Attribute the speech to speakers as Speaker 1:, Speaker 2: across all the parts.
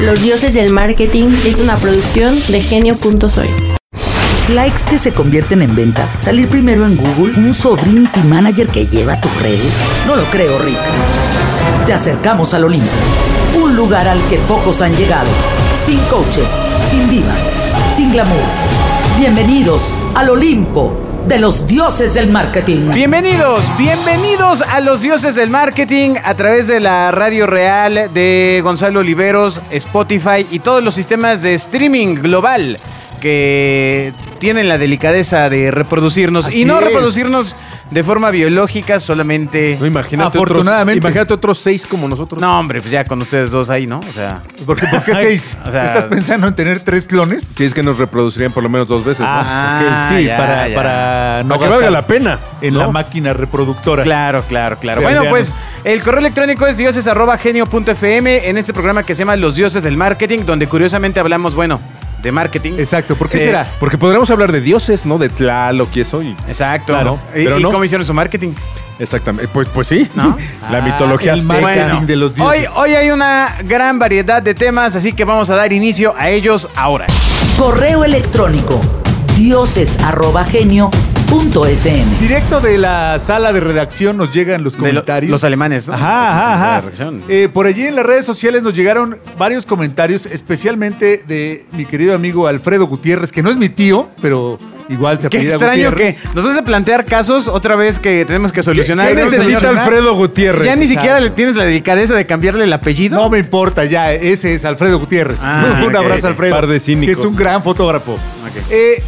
Speaker 1: Los dioses del marketing es una producción de genio.soy.
Speaker 2: Likes que se convierten en ventas. Salir primero en Google. Un sobrinity manager que lleva tus redes. No lo creo, Rick. Te acercamos al Olimpo. Un lugar al que pocos han llegado. Sin coaches, sin divas, sin glamour. Bienvenidos al Olimpo de los dioses del marketing.
Speaker 3: Bienvenidos, bienvenidos a los dioses del marketing a través de la radio real de Gonzalo Oliveros, Spotify y todos los sistemas de streaming global que tienen la delicadeza de reproducirnos
Speaker 4: Así
Speaker 3: y no
Speaker 4: es.
Speaker 3: reproducirnos de forma biológica solamente.
Speaker 4: No, imagínate
Speaker 3: Afortunadamente.
Speaker 4: Otros, imagínate otros seis como nosotros.
Speaker 3: No, hombre, pues ya con ustedes dos ahí, ¿no? O sea,
Speaker 5: ¿Por qué, por qué seis?
Speaker 3: O sea-
Speaker 5: ¿Estás pensando en tener tres clones?
Speaker 4: Si es que nos reproducirían por lo menos dos veces. ¿no?
Speaker 3: Ah,
Speaker 5: Ok, sí,
Speaker 3: ya,
Speaker 5: para,
Speaker 3: ya.
Speaker 5: para no
Speaker 4: Para que
Speaker 5: gastar
Speaker 4: valga la pena.
Speaker 5: en la
Speaker 4: ¿no?
Speaker 5: máquina reproductora.
Speaker 3: Claro, claro, claro.
Speaker 5: Sí,
Speaker 3: Bueno,
Speaker 5: ya
Speaker 3: pues
Speaker 5: nos-
Speaker 3: el correo electrónico es dioses.genio.fm en este programa que se llama Los Dioses del Marketing, donde curiosamente hablamos, bueno, de marketing.
Speaker 5: Exacto, ¿por qué
Speaker 3: Sí.
Speaker 5: será?
Speaker 4: eh, Porque podríamos hablar de dioses, ¿no? De Tlaloc y eso. y-
Speaker 3: Exacto.
Speaker 4: Claro,
Speaker 3: ¿Y,
Speaker 4: pero
Speaker 3: y
Speaker 4: no.
Speaker 3: cómo hicieron su marketing?
Speaker 4: Exactamente. Pues, pues sí.
Speaker 3: ¿No?
Speaker 4: La mitología
Speaker 5: Ah, el
Speaker 4: azteca.
Speaker 5: marketing de los
Speaker 3: hoy,
Speaker 5: dioses.
Speaker 3: hoy hay una gran variedad de temas, así que vamos a dar inicio a ellos ahora.
Speaker 2: Correo electrónico dioses@genio.fm.
Speaker 5: Directo de la sala de redacción nos llegan los
Speaker 3: De lo-
Speaker 5: comentarios.
Speaker 3: los alemanes, ¿no?
Speaker 5: Ajá, ajá,
Speaker 3: La
Speaker 5: ajá.
Speaker 3: redacción.
Speaker 5: Eh, por allí en las redes sociales nos llegaron varios comentarios, especialmente de mi querido amigo Alfredo Gutiérrez, que no es mi tío, pero igual se
Speaker 3: Qué
Speaker 5: apellida
Speaker 3: extraño que
Speaker 5: Gutiérrez.
Speaker 3: nos vas a plantear casos otra vez que tenemos que solucionar.
Speaker 4: qué
Speaker 3: No,
Speaker 4: necesita
Speaker 3: señor.
Speaker 4: Alfredo Gutiérrez?
Speaker 3: Ya ni
Speaker 5: Exacto.
Speaker 3: siquiera le tienes la delicadeza de cambiarle el apellido.
Speaker 5: No me importa, ya, ese es Alfredo Gutiérrez.
Speaker 3: Ah,
Speaker 5: un
Speaker 3: ok,
Speaker 5: abrazo,
Speaker 3: ok.
Speaker 5: Alfredo.
Speaker 4: Par de cínicos.
Speaker 5: Que es un gran fotógrafo.
Speaker 3: Ok.
Speaker 5: Eh,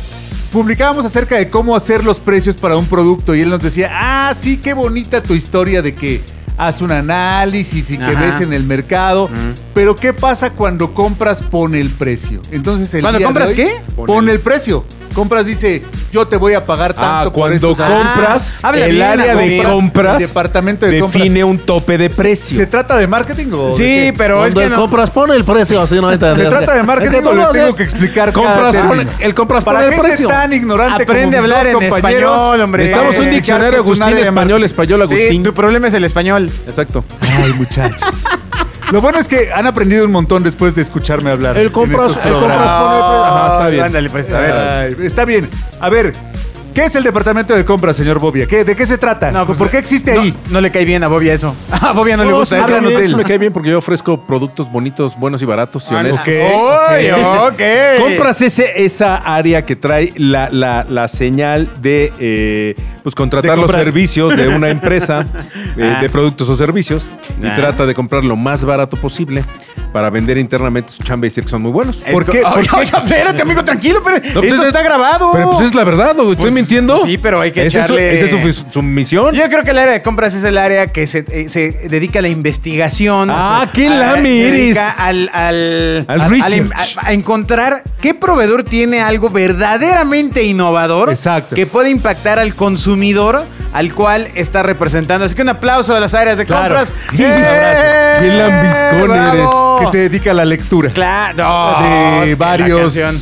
Speaker 5: publicábamos acerca de cómo hacer los precios para un producto y él nos decía, ah, sí, qué bonita tu historia de que haz un análisis y que
Speaker 3: Ajá.
Speaker 5: ves en el mercado. Pero, ¿qué pasa cuando compras pone el precio? Entonces, el
Speaker 3: ¿Cuando
Speaker 5: día de
Speaker 3: compras
Speaker 5: hoy,
Speaker 3: qué?
Speaker 5: Pone el precio. Compras dice, yo te voy a pagar tanto
Speaker 4: Ah,
Speaker 5: por
Speaker 4: cuando
Speaker 5: estos análisis".
Speaker 4: compras,
Speaker 3: Ah, habla
Speaker 4: el
Speaker 3: bien,
Speaker 4: área de
Speaker 3: compras,
Speaker 4: compras
Speaker 5: el departamento de
Speaker 4: define
Speaker 5: compras.
Speaker 4: un tope de
Speaker 5: ¿Se,
Speaker 4: precio.
Speaker 5: se trata de marketing o de
Speaker 3: Sí,
Speaker 5: qué?
Speaker 3: pero es
Speaker 6: Cuando
Speaker 3: que no.
Speaker 6: compras, pon el precio así, no
Speaker 5: Se trata de marketing,
Speaker 6: todo
Speaker 5: o les
Speaker 6: lo
Speaker 5: tengo
Speaker 3: ¿eh?
Speaker 6: hace-
Speaker 5: que explicar cada
Speaker 4: Compras,
Speaker 5: término.
Speaker 4: pone- el compras,
Speaker 5: Para
Speaker 4: pone el
Speaker 5: gente
Speaker 4: precio.
Speaker 5: tan ignorante
Speaker 3: Aprende a
Speaker 5: como mis
Speaker 3: hablar
Speaker 5: dos
Speaker 3: en
Speaker 5: compañeros,
Speaker 3: español, hombre.
Speaker 4: Necesitamos un
Speaker 3: Eh,
Speaker 4: diccionario
Speaker 5: que es un
Speaker 4: Agustín
Speaker 5: área de
Speaker 4: español, español
Speaker 3: Sí,
Speaker 4: Agustín.
Speaker 3: tu problema es el español.
Speaker 4: Exacto.
Speaker 5: Ay, muchachos. Lo bueno es que han aprendido un montón después de escucharme hablar.
Speaker 4: El
Speaker 5: en
Speaker 4: compras,
Speaker 5: estos
Speaker 4: el compras
Speaker 5: programas.
Speaker 4: pone el precio. Ajá, está bien.
Speaker 3: Ándale, pues, a ver.
Speaker 5: Ay, está bien. A ver, ¿qué es el departamento de compras, señor Bobia? ¿Qué- ¿De qué se trata?
Speaker 3: No, pues,
Speaker 5: ¿Por qué existe
Speaker 3: no,
Speaker 5: ahí?
Speaker 3: No le cae bien a Bobia eso. A Bobia no le
Speaker 4: Ah, No,
Speaker 3: gusta
Speaker 4: sí,
Speaker 3: eso.
Speaker 4: me cae
Speaker 3: Gran
Speaker 4: bien,
Speaker 3: hotel. Ah,
Speaker 4: sí me cae bien porque yo ofrezco productos bonitos, buenos y baratos y honestos.
Speaker 3: Ay, ok.
Speaker 4: Compras ese, esa área que trae la, la- la señal de eh, pues contratar
Speaker 5: De
Speaker 4: los
Speaker 5: comprar.
Speaker 4: servicios de una empresa eh, de productos o servicios y
Speaker 3: Ah.
Speaker 4: trata de comprar lo más barato posible para vender internamente su chamba y decir que son muy buenos.
Speaker 3: Es
Speaker 4: ¿Por
Speaker 3: co-
Speaker 4: qué?
Speaker 3: Oye,
Speaker 4: ¿Por qué?
Speaker 3: oye, espérate, amigo, tranquilo, pero
Speaker 4: No, pues,
Speaker 3: esto
Speaker 4: es-
Speaker 3: está grabado.
Speaker 4: Pero pues es la verdad, ¿o ¿estoy
Speaker 3: Pues,
Speaker 4: mintiendo?
Speaker 3: sí, pero hay que
Speaker 4: Esa es su-
Speaker 3: echarle-
Speaker 4: Esa es su, su misión.
Speaker 3: Yo creo que el área de compras es el área que se, eh, se dedica a la investigación.
Speaker 4: Ah, qué
Speaker 3: A-
Speaker 4: lame
Speaker 3: se
Speaker 4: eres.
Speaker 3: dedica Al, al,
Speaker 4: Al research.
Speaker 3: a, a encontrar qué proveedor tiene algo verdaderamente innovador
Speaker 5: Exacto.
Speaker 3: que puede impactar al consumidor al cual está representando. Así que un aplauso a las áreas de
Speaker 5: Claro.
Speaker 3: compras. ¡Eh!
Speaker 5: Sí, un abrazo.
Speaker 4: Qué lambiscón
Speaker 3: bravo.
Speaker 5: Que se dedica a la lectura.
Speaker 3: Claro. no,
Speaker 5: de
Speaker 3: Ah, la
Speaker 5: varios
Speaker 3: canción.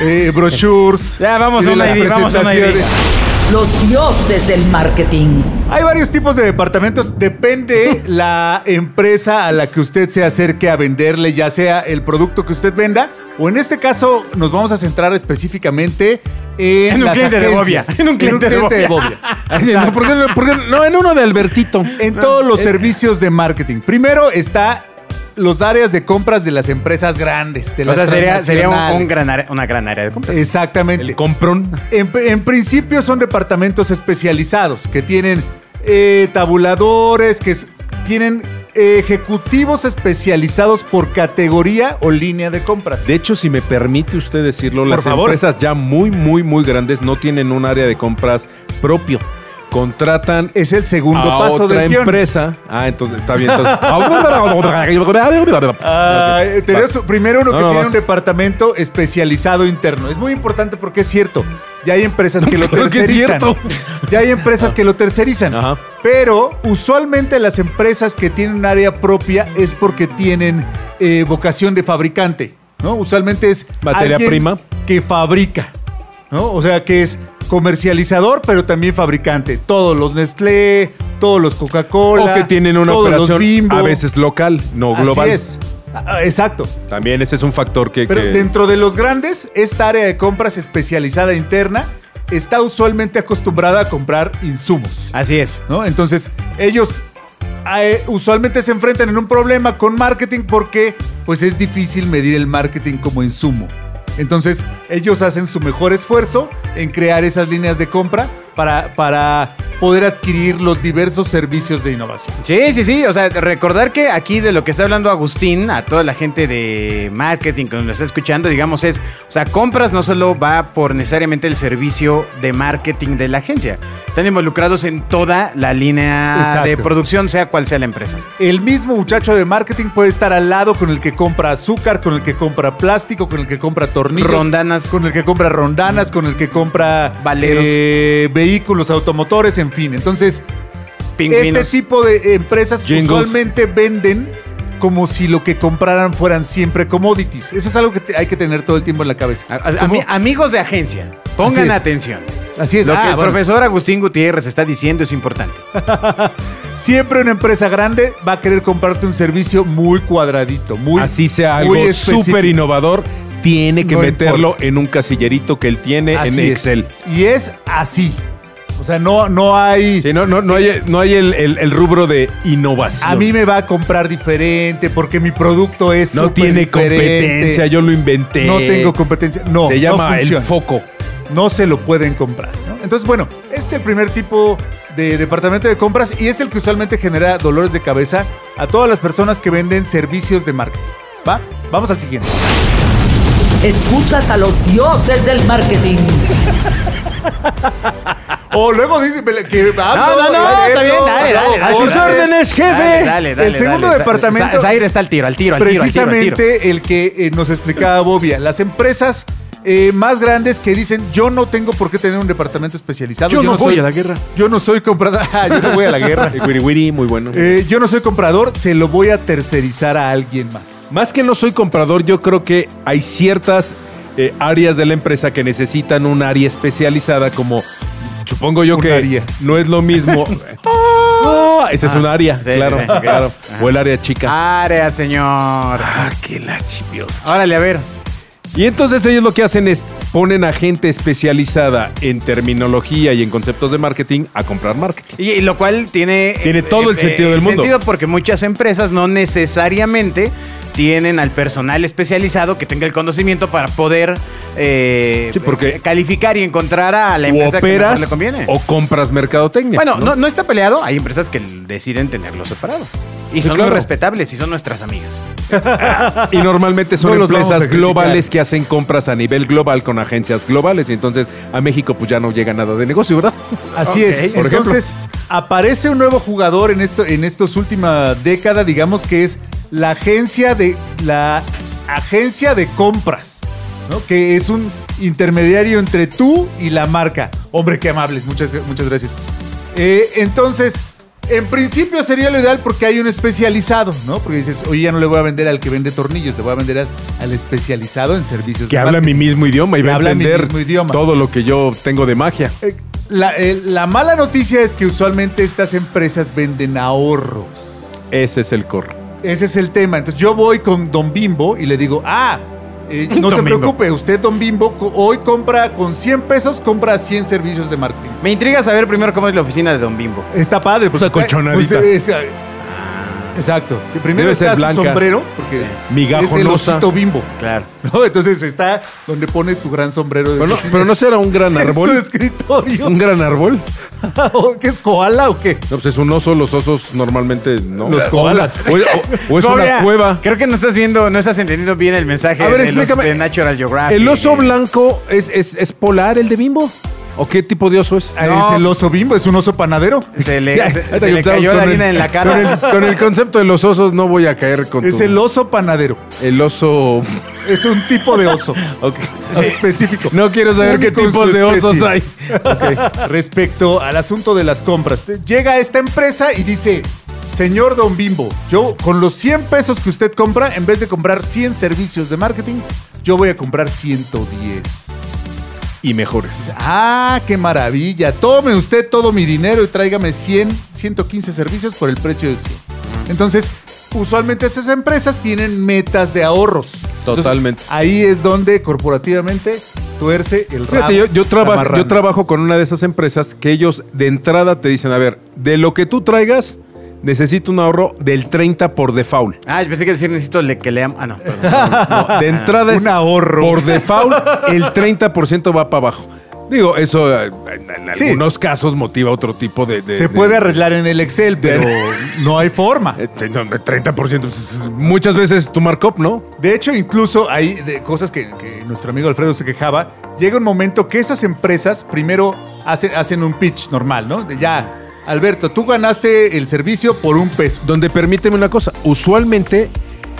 Speaker 5: eh, brochures.
Speaker 3: Ya, vamos
Speaker 5: y de
Speaker 3: una
Speaker 5: las
Speaker 3: idea, vamos una idea.
Speaker 5: presentaciones.
Speaker 2: Los dioses del marketing.
Speaker 5: Hay varios tipos de departamentos, depende la empresa a la que usted se acerque a venderle, ya sea el producto que usted venda, o en este caso nos vamos a centrar específicamente en,
Speaker 3: En un
Speaker 5: las
Speaker 3: cliente de
Speaker 5: agencias,
Speaker 3: Bobia, en un cliente de Bobia.
Speaker 4: Ay, no, ¿por qué no, por qué no? No, en uno de Albertito.
Speaker 5: En todos
Speaker 3: eh,
Speaker 5: los servicios de marketing. Primero está los áreas de compras de las empresas grandes. de
Speaker 3: O
Speaker 5: las
Speaker 3: sea, sería, sería un- un
Speaker 5: transnacionales.
Speaker 3: gran área- una gran área de compras.
Speaker 5: Eh, Exactamente.
Speaker 4: El comprón.
Speaker 5: En, en principio son departamentos especializados que tienen eh, tabuladores, que s- tienen eh, ejecutivos especializados por categoría o línea de compras.
Speaker 4: De hecho, si me permite usted decirlo,
Speaker 5: Por
Speaker 4: las
Speaker 5: favor.
Speaker 4: empresas ya muy, muy, muy grandes no tienen un área de compras propio. Contratan
Speaker 5: es el segundo
Speaker 4: a
Speaker 5: paso
Speaker 4: otra
Speaker 5: del guión.
Speaker 4: empresa. Ah, entonces está bien. entonces-
Speaker 5: Ah,
Speaker 4: Ok,
Speaker 5: tenés
Speaker 4: vas.
Speaker 5: primero uno
Speaker 4: No,
Speaker 5: que
Speaker 4: no,
Speaker 5: tiene
Speaker 4: vas.
Speaker 5: un departamento especializado interno. Es muy importante porque es cierto. Ya hay empresas que lo
Speaker 4: Claro que es
Speaker 5: tercerizan.
Speaker 4: cierto.
Speaker 5: Ya hay empresas que lo tercerizan.
Speaker 4: Ajá.
Speaker 5: Pero usualmente las empresas que tienen un área propia es porque tienen eh, vocación de fabricante. ¿no? Usualmente es
Speaker 4: Materia
Speaker 5: alguien
Speaker 4: prima.
Speaker 5: que fabrica. ¿no? O sea que es comercializador, pero también fabricante. Todos los Nestlé, todos los Coca-Cola.
Speaker 4: o que tienen una
Speaker 5: todos los
Speaker 4: operación
Speaker 5: Bimbo.
Speaker 4: a veces local, no
Speaker 5: Así
Speaker 4: global.
Speaker 5: es. Ah, exacto.
Speaker 4: También ese es un factor que...
Speaker 5: Pero
Speaker 4: que-
Speaker 5: dentro de los grandes, esta área de compras especializada interna está usualmente acostumbrada a comprar insumos.
Speaker 3: Así es.
Speaker 5: ¿no? Entonces, ellos eh, usualmente se enfrentan en un problema con marketing porque pues es difícil medir el marketing como insumo. Entonces, ellos hacen su mejor esfuerzo en crear esas líneas de compra para, para poder adquirir los diversos servicios de innovación.
Speaker 3: Sí, sí, sí. O sea, recordar que aquí de lo que está hablando Agustín, a toda la gente de marketing que nos está escuchando, digamos, es, o sea, compras no solo va por necesariamente el servicio de marketing de la agencia. Están involucrados en toda la línea
Speaker 5: Exacto.
Speaker 3: de producción, sea cual sea la empresa.
Speaker 5: El mismo muchacho de marketing puede estar al lado con el que compra azúcar, con el que compra plástico, con el que compra tornillos.
Speaker 3: Rondanas.
Speaker 5: Con el que compra rondanas, con el que compra...
Speaker 3: Valeros.
Speaker 5: eh, vehículos, automotores, en fin. Entonces,
Speaker 3: Pingüinos.
Speaker 5: Este tipo de empresas
Speaker 4: Jingles.
Speaker 5: usualmente venden como si lo que compraran fueran siempre commodities. Eso es algo que te- hay que tener todo el tiempo en la cabeza.
Speaker 3: A- a-
Speaker 5: Como-
Speaker 3: ami- amigos de agencia, pongan
Speaker 5: Así es.
Speaker 3: atención.
Speaker 5: Así es.
Speaker 3: Lo
Speaker 5: Ah,
Speaker 3: que el
Speaker 5: bueno.
Speaker 3: profesor Agustín Gutiérrez está diciendo es importante.
Speaker 5: Siempre una empresa grande va a querer comprarte un servicio muy cuadradito, muy
Speaker 4: así sea
Speaker 5: muy
Speaker 4: algo
Speaker 5: específico.
Speaker 4: súper innovador, tiene que
Speaker 5: No
Speaker 4: meterlo
Speaker 5: importa.
Speaker 4: en un casillerito que él tiene
Speaker 5: Así
Speaker 4: en
Speaker 5: es.
Speaker 4: Excel.
Speaker 5: Y es así. O sea, no, no hay.
Speaker 4: Sí, no, no, no hay, no hay el, el- el rubro de innovación.
Speaker 5: A mí me va a comprar diferente porque mi producto es
Speaker 4: no
Speaker 5: súper
Speaker 4: tiene
Speaker 5: diferente.
Speaker 4: competencia, yo lo inventé.
Speaker 5: No tengo competencia. No,
Speaker 4: Se
Speaker 5: no
Speaker 4: llama el
Speaker 5: funciona.
Speaker 4: foco.
Speaker 5: no se lo pueden comprar. ¿no? Entonces, bueno, ese es el primer tipo de departamento de compras y es el que usualmente genera dolores de cabeza a todas las personas que venden servicios de marketing. ¿Va? Vamos al siguiente.
Speaker 2: Escuchas a los dioses del marketing.
Speaker 4: Ah.
Speaker 5: O luego dice que... ah, eh, no, no,
Speaker 3: dale,
Speaker 4: ¡A sus
Speaker 3: dale.
Speaker 4: órdenes, jefe!
Speaker 3: Dale, dale, dale,
Speaker 5: El segundo
Speaker 3: dale.
Speaker 5: departamento-
Speaker 3: Sa- Zaire está al tiro, al tiro, al tiro. al tiro, al tiro.
Speaker 5: precisamente el que eh, nos explicaba Bobia. Las empresas eh, más grandes que dicen yo no tengo por qué tener un departamento especializado.
Speaker 4: Yo no voy
Speaker 5: soy-
Speaker 4: a la guerra.
Speaker 5: Yo no soy comprador. Ah, yo no voy a la guerra.
Speaker 4: El wiriwiri, muy bueno.
Speaker 5: Eh, yo no soy comprador, se lo voy a tercerizar a alguien más.
Speaker 4: Más que no soy comprador, yo creo que hay ciertas eh, áreas de la empresa que necesitan un área especializada, como supongo yo
Speaker 5: Un
Speaker 4: que
Speaker 5: área.
Speaker 4: no es lo mismo. Ah, esa es un área,
Speaker 3: sí,
Speaker 4: claro,
Speaker 3: sí, sí, ok.
Speaker 4: claro. O el área chica.
Speaker 3: Área, señor.
Speaker 4: Ah, qué la chipiosa.
Speaker 3: Órale, a ver.
Speaker 4: Y entonces ellos lo que hacen es ponen a gente especializada en terminología y en conceptos de marketing a comprar marketing.
Speaker 3: Y, y lo cual tiene... eh,
Speaker 4: Tiene todo el sentido del mundo.
Speaker 3: sentido porque muchas empresas no necesariamente tienen al personal especializado que tenga el conocimiento para poder eh,
Speaker 4: Sí, porque-
Speaker 3: calificar y encontrar a la
Speaker 4: o
Speaker 3: empresa que mejor le
Speaker 4: operas
Speaker 3: conviene.
Speaker 4: o compras mercadotecnia.
Speaker 3: Bueno, ¿no? No, está peleado. Hay empresas que deciden tenerlo separado. Y son
Speaker 4: claro.
Speaker 3: muy respetables y son nuestras amigas.
Speaker 4: Y normalmente son
Speaker 5: No los vamos a
Speaker 4: empresas
Speaker 5: criticar.
Speaker 4: globales que hacen compras a nivel global con agencias globales. Y entonces a México pues ya no llega nada de negocio, ¿verdad?
Speaker 5: Así
Speaker 4: Ok,
Speaker 5: es.
Speaker 4: por ejemplo.
Speaker 5: Entonces, aparece un nuevo jugador en esto, en estos última década, digamos que es la agencia de la agencia de compras, ¿no? Que es un intermediario entre tú y la marca. Hombre, qué amables. Muchas, muchas gracias. Eh, entonces, en principio sería lo ideal porque hay un especializado, ¿no? Porque dices, oye, ya no le voy a vender al que vende tornillos, le voy a vender al, al especializado en servicios.
Speaker 4: que
Speaker 5: de
Speaker 4: habla mi
Speaker 5: marketing.
Speaker 4: mismo idioma y
Speaker 5: Que
Speaker 4: va a
Speaker 5: habla mi
Speaker 4: entender
Speaker 5: mismo idioma.
Speaker 4: todo lo que yo tengo de magia.
Speaker 5: Eh, La, eh, la mala noticia es que usualmente estas empresas venden ahorros.
Speaker 4: Ese es el core.
Speaker 5: Ese es el tema. Entonces yo voy con Don Bimbo y le digo, ah, eh, no se
Speaker 4: Don Bimbo.
Speaker 5: preocupe, usted Don Bimbo co- hoy compra con 100 pesos, compra 100 servicios de marketing.
Speaker 3: Me intriga saber primero cómo es la oficina de Don Bimbo.
Speaker 5: Está padre.
Speaker 4: Pues
Speaker 5: está-
Speaker 4: acolchonadita.
Speaker 5: pues, es- exacto. Que primero
Speaker 4: Debe ser
Speaker 5: está su
Speaker 4: blanca.
Speaker 5: sombrero, porque es el
Speaker 4: Migajonosa.
Speaker 5: osito Bimbo.
Speaker 3: Claro.
Speaker 5: ¿no? Entonces está donde pone su gran sombrero. De
Speaker 4: Pero no,
Speaker 5: oficina.
Speaker 4: pero no será un gran
Speaker 5: Es su
Speaker 4: árbol.
Speaker 5: escritorio.
Speaker 4: ¿Un gran árbol?
Speaker 5: ¿O ¿Qué es koala o qué?
Speaker 4: No, pues es un oso, los osos normalmente no.
Speaker 5: Los
Speaker 4: O-
Speaker 5: koalas.
Speaker 4: O, o- o es
Speaker 3: Gloria,
Speaker 4: una cueva.
Speaker 3: Creo que no estás viendo, no estás entendiendo bien el mensaje
Speaker 4: A ver,
Speaker 3: de, los-
Speaker 4: explícame.
Speaker 3: de Natural Geographic.
Speaker 4: ¿El oso blanco es, es- es polar, el de Bimbo? ¿O qué tipo de oso es?
Speaker 5: Ah,
Speaker 3: No.
Speaker 5: Es el oso bimbo, es un oso panadero.
Speaker 3: Se le,
Speaker 4: Ya,
Speaker 3: se-
Speaker 4: ahorita
Speaker 3: se
Speaker 4: que
Speaker 3: le
Speaker 4: estamos
Speaker 3: cayó la
Speaker 4: con
Speaker 3: harina
Speaker 4: el-
Speaker 3: en la
Speaker 4: Con
Speaker 3: cara.
Speaker 4: el, con el concepto de los osos no voy a caer con
Speaker 5: Es
Speaker 4: tu-
Speaker 5: el oso panadero.
Speaker 4: el oso.
Speaker 5: Es un tipo de oso
Speaker 4: Ok.
Speaker 5: específico.
Speaker 4: No quiero saber qué
Speaker 5: Único en
Speaker 4: tipos
Speaker 5: su
Speaker 4: de osos
Speaker 5: especie.
Speaker 4: hay.
Speaker 5: Respecto al asunto de las compras, te- llega esta empresa y dice, señor Don Bimbo, yo con los 100 pesos que usted compra, en vez de comprar 100 servicios de marketing, yo voy a comprar 110.
Speaker 4: Y mejores.
Speaker 5: Ah, qué maravilla. Tome usted todo mi dinero y tráigame 100, 115 servicios por el precio de 100. Entonces, usualmente esas empresas tienen metas de ahorros.
Speaker 4: Totalmente.
Speaker 5: ahí es donde corporativamente tuerce el rabo.
Speaker 4: Fíjate, yo, yo,
Speaker 5: la
Speaker 4: trabajo-
Speaker 5: marrana.
Speaker 4: yo trabajo con una de esas empresas que ellos de entrada te dicen, a ver, de lo que tú traigas, necesito un ahorro del 30 por default.
Speaker 3: Ah, yo pensé que decir necesito le- que leamos. Ah, no. perdón.
Speaker 4: No, de entrada es
Speaker 5: Un ahorro.
Speaker 4: por default el 30% va para abajo. Digo, eso eh, en, en
Speaker 5: Sí.
Speaker 4: algunos casos motiva otro tipo de... de-
Speaker 5: Se
Speaker 4: de-
Speaker 5: puede arreglar en el Excel, pero no hay forma.
Speaker 4: eh, te- no, 30%, es- es- muchas veces tu markup, ¿no?
Speaker 5: De hecho, incluso hay de cosas que, que nuestro amigo Alfredo se quejaba. Llega un momento que estas empresas primero hacen, hacen un pitch normal, ¿no? De ya, Alberto, tú ganaste el servicio por un peso.
Speaker 4: Donde permíteme una cosa, usualmente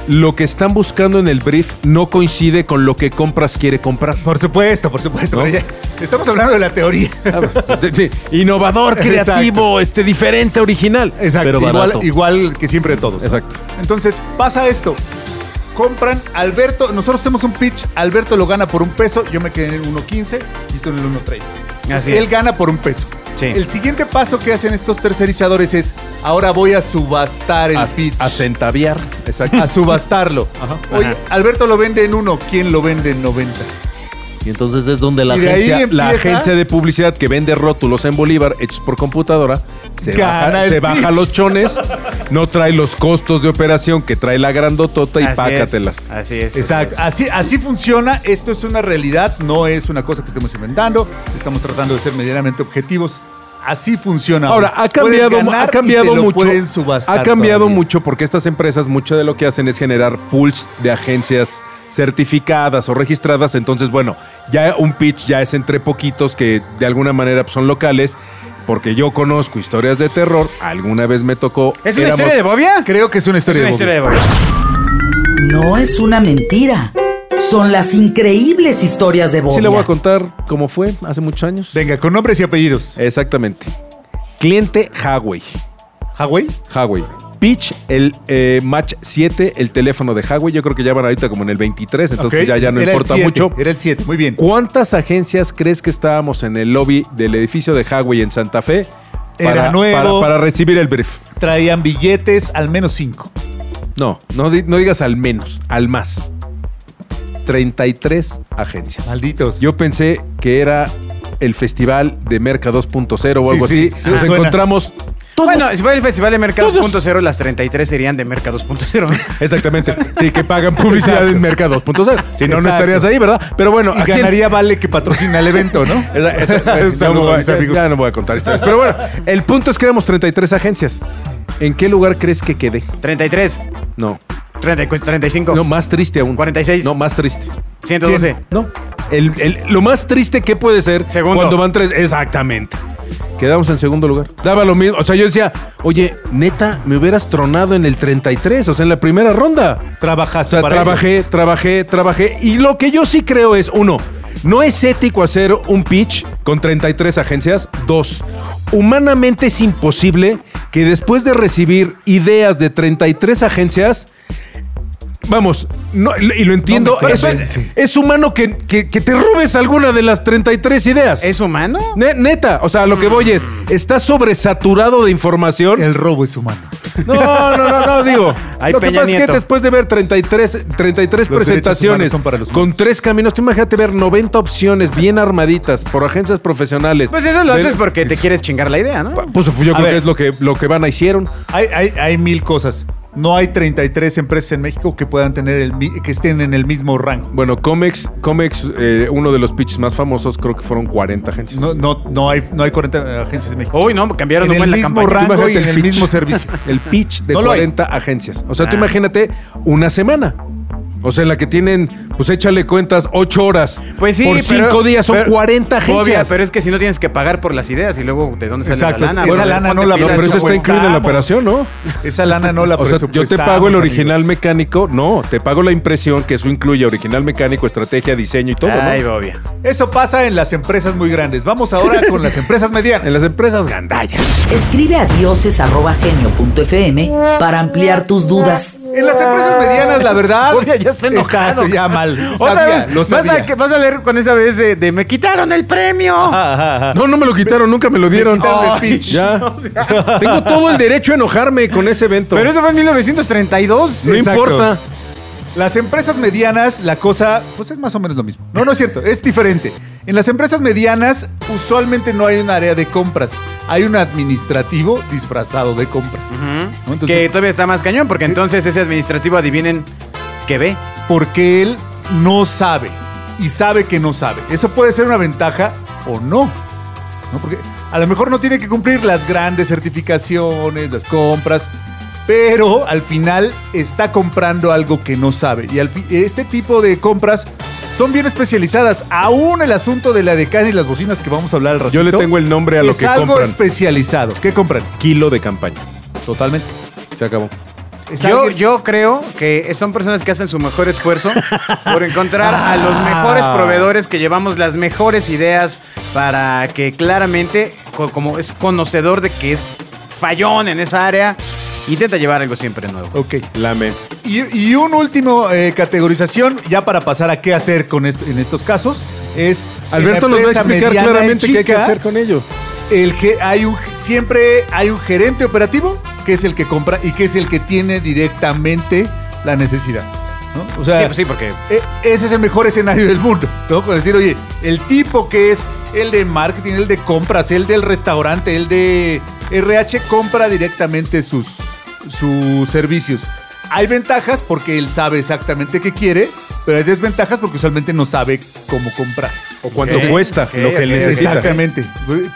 Speaker 4: lo que están buscando en el brief no coincide con lo que compras quiere comprar.
Speaker 5: Por supuesto, por supuesto.
Speaker 4: ¿No?
Speaker 5: pero ya, estamos hablando de la teoría.
Speaker 4: Sí, innovador, creativo, este diferente, original. Pero
Speaker 5: igual,
Speaker 4: barato.
Speaker 5: igual que siempre de todos. ¿no?
Speaker 4: Exacto.
Speaker 5: Entonces, pasa esto. Compran, Alberto, nosotros hacemos un pitch, Alberto lo gana por un peso, yo me quedé en el 1.15 y tú en el 1.30.
Speaker 3: Así
Speaker 5: Él
Speaker 3: es.
Speaker 5: gana por un peso.
Speaker 3: Sí.
Speaker 5: El siguiente paso que hacen estos tercerizadores es, ahora voy a subastar el
Speaker 4: A,
Speaker 5: pitch.
Speaker 4: a centaviar. Exacto.
Speaker 5: A subastarlo. Oye,
Speaker 3: Ajá.
Speaker 5: Alberto lo vende en uno, ¿quién lo vende en 90?
Speaker 6: Y entonces es donde la
Speaker 5: Y de ahí
Speaker 6: agencia...
Speaker 5: empieza-
Speaker 4: la agencia de publicidad que vende rótulos en Bolívar hechos por computadora se,
Speaker 5: Gana
Speaker 4: baja,
Speaker 5: el
Speaker 4: se
Speaker 5: pitch.
Speaker 4: baja los chones, no trae los costos de operación que trae la grandotota y
Speaker 3: Así es. Ah,
Speaker 4: pácatelas.
Speaker 3: Así es.
Speaker 5: Exacto.
Speaker 3: así
Speaker 5: Así, así funciona. Esto es una realidad, no es una cosa que estemos inventando. Estamos tratando de ser medianamente objetivos. Así funciona.
Speaker 4: Ahora,
Speaker 5: güey.
Speaker 4: ha
Speaker 5: Puedes
Speaker 4: cambiado,
Speaker 5: ganar y
Speaker 4: ha cambiado
Speaker 5: te lo
Speaker 4: mucho.
Speaker 5: pueden subastar
Speaker 4: ha cambiado
Speaker 5: todavía.
Speaker 4: mucho porque estas empresas, mucho de lo que hacen es generar pools de agencias certificadas o registradas. Entonces, bueno, ya un pitch ya es entre poquitos que de alguna manera pues, son locales. Porque yo conozco historias de terror. Alguna vez me tocó.
Speaker 3: ¿Es una
Speaker 4: éramos-
Speaker 3: historia de Bobia?
Speaker 5: Creo que es una
Speaker 3: Es
Speaker 5: historia
Speaker 3: una
Speaker 5: de
Speaker 3: historia de
Speaker 5: Bobby.
Speaker 3: Bobia.
Speaker 2: No es una mentira. Son las increíbles historias de Bobia.
Speaker 4: Sí, le voy a contar cómo fue hace muchos años.
Speaker 5: Venga, con nombres y apellidos.
Speaker 4: Exactamente. Cliente Huawei. Eh,
Speaker 5: ¿Hawái?
Speaker 4: Huawei. Pitch, el eh, Match 7, el teléfono de Huawei. Yo creo que ya van ahorita como en el 23, entonces
Speaker 5: Ok.
Speaker 4: ya, ya no
Speaker 5: Era el
Speaker 4: importa
Speaker 5: siete,
Speaker 4: mucho.
Speaker 5: Era el 7, muy bien.
Speaker 4: ¿Cuántas agencias crees que estábamos en el lobby del edificio de Huawei en Santa Fe
Speaker 5: Era nuevo.
Speaker 4: Para, para recibir el brief?
Speaker 5: Traían billetes, al menos 5.
Speaker 4: No, no, di- no digas al menos, al más. 33 agencias.
Speaker 5: Malditos.
Speaker 4: Yo pensé que era el festival de Merca 2.0 o
Speaker 5: Sí,
Speaker 4: algo
Speaker 5: sí,
Speaker 4: así.
Speaker 5: sí,
Speaker 4: Nos
Speaker 5: suena.
Speaker 4: encontramos todos.
Speaker 3: Bueno, si fuera el Festival de Merca
Speaker 4: Todos.
Speaker 3: 2.0, las 33 serían de Merca 2.0.
Speaker 4: Exactamente. Sí, que pagan publicidad en Merca 2.0. Si no,
Speaker 5: Exacto.
Speaker 4: no estarías ahí, ¿verdad? Pero bueno,
Speaker 5: Y
Speaker 4: ¿a quién-
Speaker 5: ganaría Vale que patrocina el evento, ¿no?
Speaker 4: Esa- esa-
Speaker 5: Un
Speaker 4: ya, no
Speaker 5: saludo
Speaker 4: voy
Speaker 5: a
Speaker 4: a-
Speaker 5: mis amigos.
Speaker 4: ya no voy a contar historias. Pero bueno, el punto es que éramos 33 agencias. ¿En qué lugar crees que quedé?
Speaker 3: 33,
Speaker 4: No.
Speaker 3: 34, 35,
Speaker 4: No, más triste aún.
Speaker 3: 46.
Speaker 4: No, más triste.
Speaker 3: 112.
Speaker 4: No. El- el- lo más triste que puede ser
Speaker 3: Segundo.
Speaker 4: cuando van tres. Exactamente. Quedamos en segundo lugar. Daba lo mismo. O sea, yo decía, oye, neta, me hubieras tronado en el 33, o sea, en la primera ronda. O
Speaker 5: Trabajaste
Speaker 4: sea,
Speaker 5: para
Speaker 4: trabajé,
Speaker 5: ellos.
Speaker 4: trabajé, trabajé. Y lo que yo sí creo es, uno, no es ético hacer un pitch con 33 agencias. Dos, humanamente es imposible que después de recibir ideas de 33 agencias, vamos, no, y lo entiendo,
Speaker 5: No me
Speaker 4: eso es,
Speaker 5: convence.
Speaker 4: es humano que, que- que te robes alguna de las 33 ideas.
Speaker 3: ¿Es humano?
Speaker 4: Ne- neta, o sea, lo que voy es, estás sobresaturado de información.
Speaker 5: El robo es humano.
Speaker 4: No, no, no, no, digo.
Speaker 3: Ay,
Speaker 4: lo que
Speaker 3: Peña
Speaker 4: pasa es que
Speaker 3: Nieto.
Speaker 4: después de ver 33,
Speaker 5: Los derechos
Speaker 4: 33
Speaker 5: humanos
Speaker 4: presentaciones
Speaker 5: son para los
Speaker 4: con
Speaker 5: humanos.
Speaker 4: tres caminos, tú imagínate ver 90 opciones bien armaditas por agencias profesionales.
Speaker 3: Pues eso lo
Speaker 4: Del-
Speaker 3: haces porque te quieres chingar la idea, ¿no?
Speaker 4: Pues yo creo
Speaker 5: ver.
Speaker 4: que es lo que, lo que van a hicieron.
Speaker 5: Hay, hay- hay mil cosas. No hay 33 empresas en México que puedan tener el mi- que estén en el mismo rango.
Speaker 4: Bueno, Comex, Comex eh, uno de los pitches más famosos, creo que fueron 40 agencias.
Speaker 5: No, no, no hay, no hay 40 agencias en México.
Speaker 3: Uy, no, cambiaron
Speaker 5: en
Speaker 3: un
Speaker 5: el
Speaker 3: buen la
Speaker 5: mismo
Speaker 3: campaña.
Speaker 4: Tú
Speaker 5: rango
Speaker 4: imagínate
Speaker 5: y en el
Speaker 4: pitch.
Speaker 5: mismo servicio.
Speaker 4: El pitch de
Speaker 5: No lo hay.
Speaker 4: 40 agencias. O sea, tú
Speaker 3: Ah.
Speaker 4: imagínate una semana. O sea, en la que tienen, pues échale cuentas, 8 horas.
Speaker 3: Pues sí,
Speaker 4: Por
Speaker 3: pero-
Speaker 4: 5 días son
Speaker 3: pero-
Speaker 4: 40 agencias.
Speaker 3: Obvio, pero es que si no tienes que pagar por las ideas y luego de dónde sale
Speaker 5: Exacto,
Speaker 3: la lana.
Speaker 5: esa
Speaker 3: Bueno,
Speaker 5: lana no
Speaker 3: ponte
Speaker 5: la-
Speaker 4: No,
Speaker 3: pilas,
Speaker 4: pero eso está
Speaker 3: pues.
Speaker 4: incluido en la
Speaker 5: presupuestamos.
Speaker 4: operación, ¿no?
Speaker 5: Esa lana no la
Speaker 4: O sea, yo te pago el
Speaker 5: presupuestamos,
Speaker 4: original
Speaker 5: amigos.
Speaker 4: mecánico, no, te pago la impresión, que eso incluye original mecánico, estrategia, diseño y todo, ¿no?
Speaker 3: Ay, Bobia.
Speaker 5: Eso pasa en las empresas muy grandes. Vamos ahora con las empresas
Speaker 4: En
Speaker 5: medianas.
Speaker 4: las empresas gandallas.
Speaker 2: Escribe a dioses.genio.fm para ampliar tus dudas.
Speaker 5: En las empresas medianas, la verdad.
Speaker 3: Oye, ya está enojado.
Speaker 5: Exacto, ya mal real.
Speaker 3: Otra
Speaker 5: Sabía,
Speaker 3: vez,
Speaker 5: lo
Speaker 3: vas,
Speaker 5: sabía.
Speaker 3: a, que- vas a leer con esa vez de, de, me quitaron el premio.
Speaker 5: Ah,
Speaker 4: No, no me lo quitaron, nunca me lo dieron.
Speaker 5: quitaron el
Speaker 4: Ay,
Speaker 5: pitch.
Speaker 4: Ya. Tengo todo el derecho a enojarme con ese evento.
Speaker 3: Pero eso fue en 1932.
Speaker 4: no
Speaker 5: Exacto.
Speaker 4: importa.
Speaker 5: Las empresas medianas, la cosa, pues es más o menos lo mismo. No, no es cierto, es diferente. En las empresas medianas, usualmente no hay un área de compras. Hay un administrativo disfrazado de compras. ¿no? Entonces,
Speaker 3: que todavía está más cañón, porque entonces ese administrativo adivinen que ve.
Speaker 5: porque él no sabe y sabe que no sabe. Eso puede ser una ventaja o no. ¿no? Porque a lo mejor no tiene que cumplir las grandes certificaciones, las compras, pero al final está comprando algo que no sabe. Y al fi- este tipo de compras son bien especializadas. Aún el asunto de la decana y las bocinas que vamos a hablar al ratito.
Speaker 4: Yo le tengo el nombre a lo
Speaker 5: es
Speaker 4: que
Speaker 5: algo
Speaker 4: compran.
Speaker 5: especializado. ¿Qué compran?
Speaker 4: Kilo de campaña.
Speaker 5: Totalmente.
Speaker 4: Se acabó.
Speaker 5: Es
Speaker 3: Yo,
Speaker 5: alguien-
Speaker 3: yo creo que son personas que hacen su mejor esfuerzo por encontrar a los mejores proveedores que llevamos las mejores ideas para que claramente, co- como es conocedor de que es fallón en esa área, intenta llevar algo siempre nuevo.
Speaker 5: Ok.
Speaker 4: Lame.
Speaker 5: Y, y un último eh, categorización, ya para pasar a qué hacer con esto, en estos casos, es...
Speaker 4: Alberto
Speaker 5: en la
Speaker 4: nos
Speaker 5: empresa
Speaker 4: va a explicar
Speaker 5: mediana y
Speaker 4: claramente qué hay que
Speaker 5: chica,
Speaker 4: hacer con ello.
Speaker 5: El ge- hay un, siempre hay un gerente operativo que es el que compra y que es el que tiene directamente la necesidad. ¿no? O sea,
Speaker 3: Sí, pues sí, porque
Speaker 5: e- ese es el mejor escenario del mundo, ¿no? Con decir, oye, el tipo que es el de marketing, el de compras, el del restaurante, el de RH, compra directamente sus, sus servicios. Hay ventajas porque él sabe exactamente qué quiere, pero hay desventajas porque usualmente no sabe cómo comprar.
Speaker 4: O cuánto
Speaker 3: Ok,
Speaker 4: cuesta
Speaker 3: ok,
Speaker 4: lo que
Speaker 3: ok,
Speaker 4: necesita.
Speaker 5: Eh, Exactamente.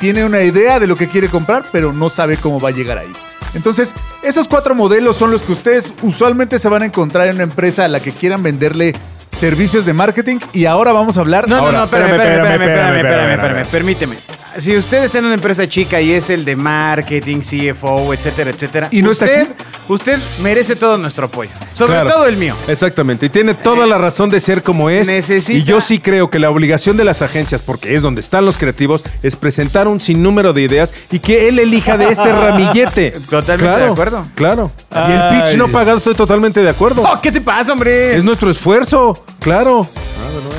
Speaker 5: Tiene una idea de lo que quiere comprar, pero no sabe cómo va a llegar ahí. Entonces, esos cuatro modelos son los que ustedes usualmente se van a encontrar en una empresa a la que quieran venderle servicios de marketing. Y ahora vamos a hablar.
Speaker 3: No,
Speaker 5: Ahora,
Speaker 3: no, no, espérame, espérame,
Speaker 4: espérame,
Speaker 3: espérame, espérame,
Speaker 4: espérame,
Speaker 3: espérame,
Speaker 4: espérame,
Speaker 3: permíteme. Si usted está en una empresa chica y es el de marketing, CFO, etcétera, etcétera,
Speaker 5: Y no está
Speaker 3: usted,
Speaker 5: aquí.
Speaker 3: usted merece todo nuestro apoyo. Sobre
Speaker 4: Claro.
Speaker 3: todo el mío. Eh,
Speaker 4: Exactamente. Y tiene toda la razón de ser como es.
Speaker 3: Necesita-
Speaker 4: Y yo sí creo que la obligación de las agencias, porque es donde están los creativos, es presentar un sinnúmero de ideas y que él elija de este ramillete.
Speaker 3: Totalmente
Speaker 4: Claro,
Speaker 3: de acuerdo.
Speaker 4: Claro. Y el pitch
Speaker 5: Ay.
Speaker 4: no pagado, estoy totalmente de acuerdo.
Speaker 3: Oh, ¿Qué te pasa, hombre?
Speaker 4: Es nuestro esfuerzo. Claro,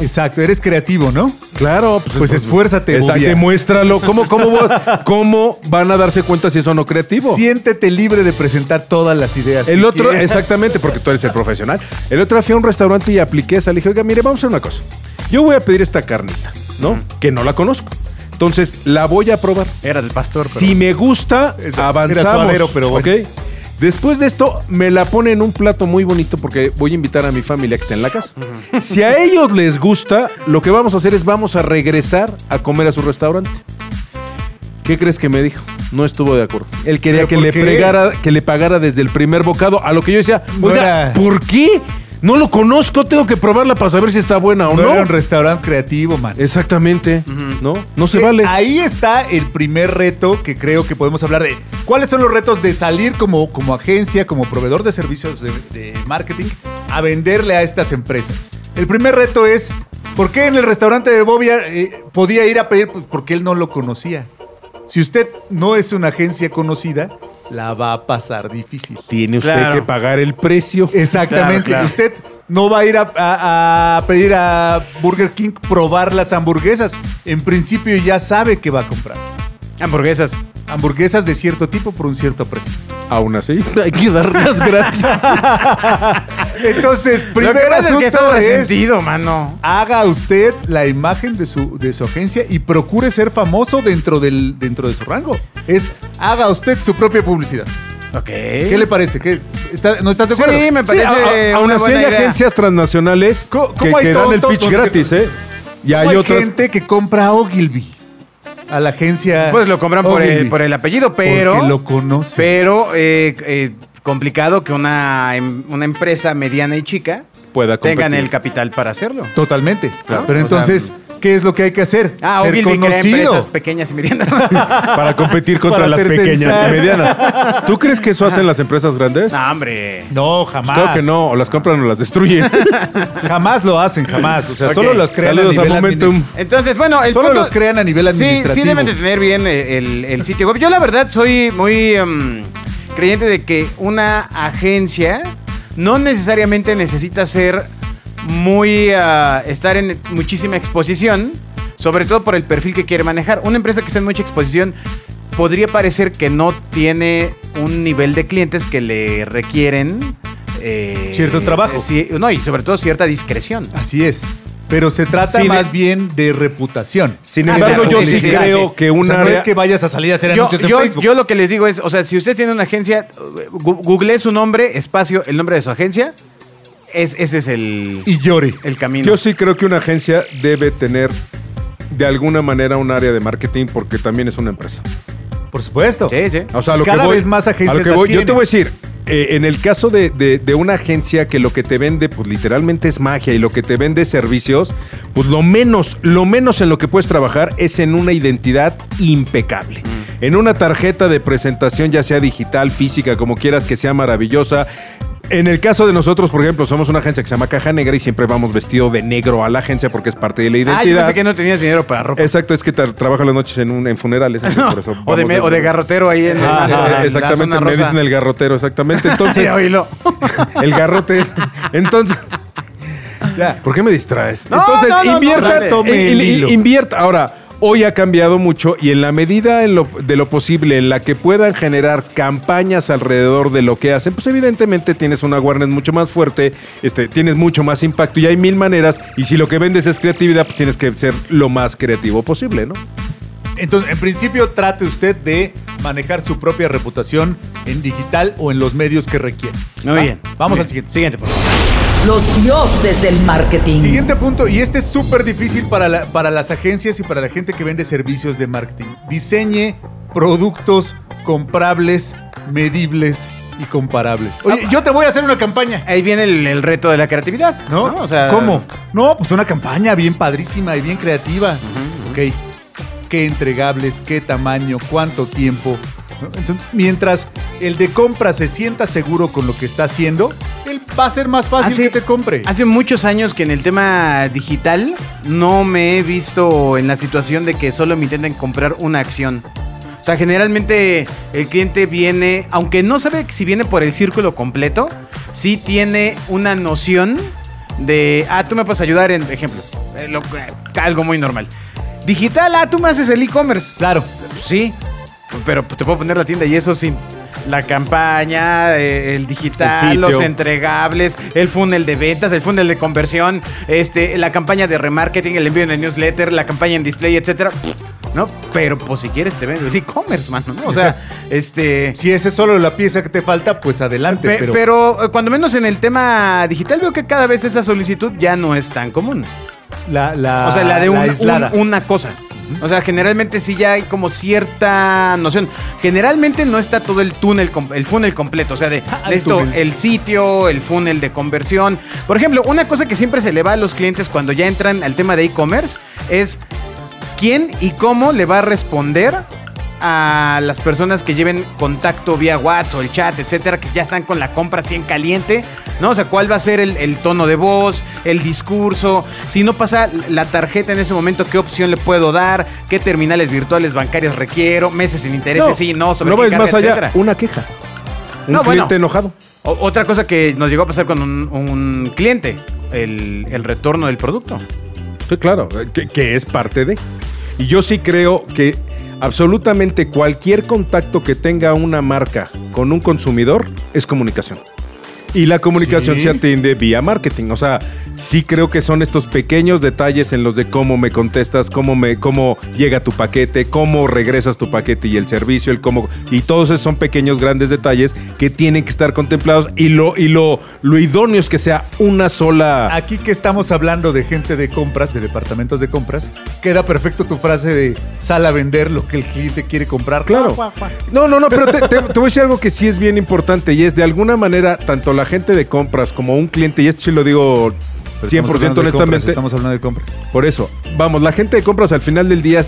Speaker 5: Exacto, eres creativo, ¿no?
Speaker 4: claro.
Speaker 5: Pues esfuérzate,
Speaker 4: Exacto,
Speaker 5: Bobia.
Speaker 4: demuéstralo. ¿Cómo, cómo, vo- ¿Cómo van a darse cuenta si son no creativo?
Speaker 5: Siéntete libre de presentar todas las ideas.
Speaker 4: El
Speaker 5: que
Speaker 4: otro,
Speaker 5: quieras.
Speaker 4: exactamente, porque tú eres el profesional. El otro fui a un restaurante y apliqué esa. Le dije, oiga, mire, vamos a hacer una cosa. Yo voy a pedir esta carnita, ¿no? Que no la conozco. Entonces, la voy a probar.
Speaker 3: Era del pastor. pero-
Speaker 4: Si me gusta,
Speaker 5: Eso, era
Speaker 4: avanzamos.
Speaker 5: suadero, pero bueno.
Speaker 4: ¿ok? Después de esto, me la pone en un plato muy bonito porque voy a invitar a mi familia que está en la casa. Si a ellos les gusta, lo que vamos a hacer es vamos a regresar a comer a su restaurante. ¿Qué crees que me dijo? No estuvo de acuerdo. Él quería
Speaker 5: ¿Pero
Speaker 4: que
Speaker 5: por
Speaker 4: le,
Speaker 5: qué?
Speaker 4: pregara, que le pagara desde el primer bocado, a lo que yo decía,
Speaker 5: No
Speaker 4: oiga,
Speaker 5: era-
Speaker 4: ¿por qué? No lo conozco, tengo que probarla para saber si está buena o
Speaker 5: No,
Speaker 4: no.
Speaker 5: era un restaurante creativo, man.
Speaker 4: Exactamente, ¿no? No se
Speaker 5: Eh,
Speaker 4: vale.
Speaker 5: Ahí está el primer reto que creo que podemos hablar de. ¿Cuáles son los retos de salir como, como agencia, como proveedor de servicios de, de marketing, a venderle a estas empresas? El primer reto es, ¿por qué en el restaurante de Bobia eh, podía ir a pedir? Pues porque él no lo conocía. Si usted no es una agencia conocida, la va a pasar difícil.
Speaker 4: Tiene usted
Speaker 3: Claro.
Speaker 4: que pagar el precio.
Speaker 5: Exactamente.
Speaker 3: Claro, claro.
Speaker 5: Usted no va a ir a, a- a pedir a Burger King probar las hamburguesas. En principio ya sabe que va a comprar.
Speaker 3: Hamburguesas.
Speaker 5: Hamburguesas de cierto tipo por un cierto precio.
Speaker 4: Aún así.
Speaker 6: Hay que darlas gratis.
Speaker 5: Entonces,
Speaker 3: Lo que
Speaker 5: primer
Speaker 3: pasa es
Speaker 5: asunto
Speaker 3: que
Speaker 5: es,
Speaker 3: está resentido, mano.
Speaker 5: haga usted la imagen de su, de su agencia y procure ser famoso dentro, del, dentro de su rango. Es haga usted su propia publicidad.
Speaker 3: Ok.
Speaker 5: ¿Qué le parece? ¿Qué, está- ¿No estás de
Speaker 3: Sí,
Speaker 5: acuerdo?
Speaker 3: me
Speaker 4: Sí,
Speaker 3: parece
Speaker 4: a- a- aún
Speaker 3: una
Speaker 4: así
Speaker 3: buena
Speaker 4: hay
Speaker 3: idea.
Speaker 4: agencias transnacionales
Speaker 5: ¿Cómo-
Speaker 4: que,
Speaker 5: cómo hay
Speaker 4: que dan el
Speaker 5: tontos
Speaker 4: pitch
Speaker 5: con-
Speaker 4: gratis, ¿eh? Y
Speaker 5: ¿Cómo
Speaker 4: hay otras.
Speaker 5: gente que compra Ogilvy a la agencia.
Speaker 3: Pues lo compran por el,
Speaker 5: Ogilvy.
Speaker 3: por el apellido, pero.
Speaker 5: Porque lo conoce.
Speaker 3: Pero eh, eh, complicado que una, em- una empresa mediana y chica
Speaker 4: Pueda competir.
Speaker 3: tengan el capital para hacerlo.
Speaker 5: Totalmente.
Speaker 3: Claro.
Speaker 5: Pero
Speaker 3: O
Speaker 5: entonces, ¿qué es lo que hay que hacer?
Speaker 3: Ah,
Speaker 5: Ser
Speaker 3: Ogilvy crea
Speaker 5: conocido.
Speaker 3: empresas pequeñas y medianas.
Speaker 4: Para competir contra
Speaker 5: Para
Speaker 4: las pequeñas
Speaker 5: tercerizar.
Speaker 4: y medianas. ¿Tú crees que eso hacen las empresas grandes?
Speaker 3: no, hombre.
Speaker 5: No, jamás.
Speaker 4: Claro que no, o las compran o las destruyen.
Speaker 5: Jamás lo hacen, jamás. O sea,
Speaker 3: Ok.
Speaker 5: solo los crean
Speaker 4: Saludos
Speaker 5: a
Speaker 4: a
Speaker 5: nivel
Speaker 4: Momentum.
Speaker 5: admin-
Speaker 3: Entonces, bueno, el
Speaker 5: Solo
Speaker 3: punto-
Speaker 5: los crean a nivel
Speaker 3: Sí,
Speaker 5: administrativo.
Speaker 3: sí deben de tener bien eh, el, el sitio web. Yo la verdad soy muy em, creyente de que una agencia no necesariamente necesita ser muy ah, estar en muchísima exposición, sobre todo por el perfil que quiere manejar. Una empresa que está en mucha exposición podría parecer que no tiene un nivel de clientes que le requieren eh,
Speaker 5: Cierto trabajo.
Speaker 3: sí, no, y sobre todo cierta discreción.
Speaker 5: Así es. Pero se trata
Speaker 4: Sin-
Speaker 5: más bien de reputación.
Speaker 4: Sin
Speaker 5: Ah,
Speaker 4: embargo,
Speaker 5: claro,
Speaker 4: yo
Speaker 5: sí,
Speaker 4: sí
Speaker 5: sí,
Speaker 4: creo
Speaker 5: sí.
Speaker 4: que
Speaker 5: O
Speaker 4: un
Speaker 5: sea, no
Speaker 4: área-
Speaker 5: es que vayas a salir a hacer
Speaker 3: Yo,
Speaker 5: anuncios en
Speaker 3: yo-
Speaker 5: Facebook.
Speaker 3: yo lo que les digo es, o sea, si usted tiene una agencia, eh, gu- googleé su nombre, espacio, el nombre de su agencia, es, ese es el,
Speaker 5: y llore.
Speaker 3: el camino.
Speaker 4: Yo sí creo que una agencia debe tener de alguna manera un área de marketing porque también es una empresa.
Speaker 5: Por supuesto.
Speaker 3: Sí, sí.
Speaker 4: O sea, a lo
Speaker 5: Cada
Speaker 4: que voy,
Speaker 5: vez más agencias
Speaker 4: a lo que
Speaker 5: las
Speaker 4: voy, Yo
Speaker 5: tienen.
Speaker 4: te voy a decir, eh, en el caso de, de- de una agencia que lo que te vende, pues literalmente es magia y lo que te vende es servicios, pues lo menos, lo menos en lo que puedes trabajar es en una identidad impecable.
Speaker 3: Mm.
Speaker 4: En una tarjeta de presentación, ya sea digital, física, como quieras, que sea maravillosa. En el caso de nosotros, por ejemplo, somos una agencia que se llama Caja Negra y siempre vamos vestido de negro a la agencia porque es parte de la identidad.
Speaker 3: Ah, yo pensé que no tenías dinero para ropa.
Speaker 4: Exacto, es que tra- trabajo las noches en, un, en funerales. entonces por eso
Speaker 3: o, de
Speaker 4: vamos
Speaker 3: me- o de garrotero ahí en,
Speaker 4: Ah,
Speaker 3: en- en la
Speaker 4: exactamente,
Speaker 3: zona
Speaker 4: me
Speaker 3: rosa.
Speaker 4: dicen el garrotero, exactamente.
Speaker 3: Sí,
Speaker 4: Entonces,
Speaker 3: oílo.
Speaker 4: el garrote es. Entonces. ¿Por qué me distraes?
Speaker 3: No,
Speaker 4: Entonces,
Speaker 3: no, no,
Speaker 4: invierta,
Speaker 3: no,
Speaker 5: tome
Speaker 4: eh,
Speaker 5: el
Speaker 4: eh,
Speaker 5: hilo.
Speaker 4: invierta. Ahora, hoy ha cambiado mucho y en la medida en lo- de lo posible en la que puedan generar campañas alrededor de lo que hacen, pues evidentemente tienes una awareness mucho más fuerte, este, tienes mucho más impacto y hay mil maneras. Y si lo que vendes es creatividad, pues tienes que ser lo más creativo posible, ¿no?
Speaker 5: Entonces, en principio, trate usted de manejar su propia reputación en digital o en los medios que requiere.
Speaker 3: Muy
Speaker 5: ¿Va?
Speaker 3: bien.
Speaker 5: Vamos
Speaker 3: Muy
Speaker 5: al siguiente.
Speaker 3: Siguiente, por favor.
Speaker 2: Los dioses del marketing.
Speaker 5: Siguiente punto, y este es súper difícil para, la- para las agencias y para la gente que vende servicios de marketing. Diseñe productos comprables, medibles y comparables. Oye, yo te voy a hacer una campaña.
Speaker 3: Ahí viene el, el reto de la creatividad,
Speaker 5: ¿No?
Speaker 3: ¿no? O sea,
Speaker 5: ¿Cómo? No, pues una campaña bien padrísima y bien creativa. Ok. ¿Qué entregables? ¿Qué tamaño? ¿Cuánto tiempo? ¿No? Entonces, mientras el de compra se sienta seguro con lo que está haciendo, él va a ser más fácil
Speaker 3: Hace-
Speaker 5: que te compre.
Speaker 3: Hace muchos años que en el tema digital no me he visto en la situación de que solo me intenten comprar una acción. O sea, generalmente el cliente viene, aunque no sabe si viene por el círculo completo, sí tiene una noción de, ah, tú me puedes ayudar en, ejemplo, eh, lo- eh, algo muy normal. Digital, ah, tú me haces el e-commerce.
Speaker 5: Claro.
Speaker 3: Sí, pero pues, te puedo poner la tienda y eso sin la campaña, eh, el digital,
Speaker 4: El sitio.
Speaker 3: los entregables, el funnel de ventas, el funnel de conversión, este, la campaña de remarketing, el envío en el newsletter, la campaña en display, etcétera. No, pero pues si quieres te vendo el e-commerce, mano, ¿no? O sea, este
Speaker 5: Si esa es solo la pieza que te falta, pues adelante.
Speaker 3: pe-
Speaker 5: pero,
Speaker 3: pero, eh, cuando menos en el tema digital veo que cada vez esa solicitud ya no es tan común.
Speaker 5: la, la-
Speaker 3: O sea, la de un-
Speaker 5: aislada.
Speaker 3: un- una cosa. O sea, generalmente sí ya hay como cierta noción. Generalmente no está todo el túnel, com- el funnel completo. O sea, de,
Speaker 5: Ah,
Speaker 3: de
Speaker 5: el
Speaker 3: esto,
Speaker 5: túnel.
Speaker 3: el sitio, el funnel de conversión. Por ejemplo, una cosa que siempre se le va a los clientes cuando ya entran al tema de e-commerce es quién y cómo le va a responder a las personas que lleven contacto vía WhatsApp o el chat, etcétera, que ya están con la compra así en caliente, ¿no? O sea, cuál va a ser el, el tono de voz, el discurso, si no pasa la tarjeta en ese momento, qué opción le puedo dar, qué terminales virtuales bancarias requiero, meses sin intereses, sí, no, sobre
Speaker 4: no
Speaker 3: qué
Speaker 4: ves
Speaker 3: carga,
Speaker 4: más allá
Speaker 3: etcétera.
Speaker 4: una queja. Un
Speaker 3: No, bueno.
Speaker 4: cliente enojado.
Speaker 3: O- otra cosa que nos llegó a pasar con un, un cliente, el, el retorno del producto.
Speaker 4: Sí, claro, eh, que, que es parte de. Y yo sí creo que absolutamente cualquier contacto que tenga una marca con un consumidor es comunicación. Y la comunicación
Speaker 5: Sí.
Speaker 4: se atiende vía marketing. O sea, sí creo que son estos pequeños detalles en los de cómo me contestas, cómo me, cómo llega tu paquete, cómo regresas tu paquete y el servicio, el cómo. Y todos esos son pequeños grandes detalles que tienen que estar contemplados. Y lo, y lo, lo idóneo es que sea una sola.
Speaker 5: Aquí que estamos hablando de gente de compras, de departamentos de compras, queda perfecto tu frase de sal a vender lo que el cliente quiere comprar.
Speaker 4: Claro.
Speaker 5: Guau, guau, guau.
Speaker 4: No, no, no, pero te, te- te voy a decir algo que sí es bien importante y es de alguna manera, tanto la gente de compras como un cliente, y esto sí lo digo
Speaker 5: Pero estamos
Speaker 4: 100%
Speaker 5: hablando de compras,
Speaker 4: honestamente,
Speaker 5: Estamos hablando de compras.
Speaker 4: por eso, vamos, la gente de compras al final del día,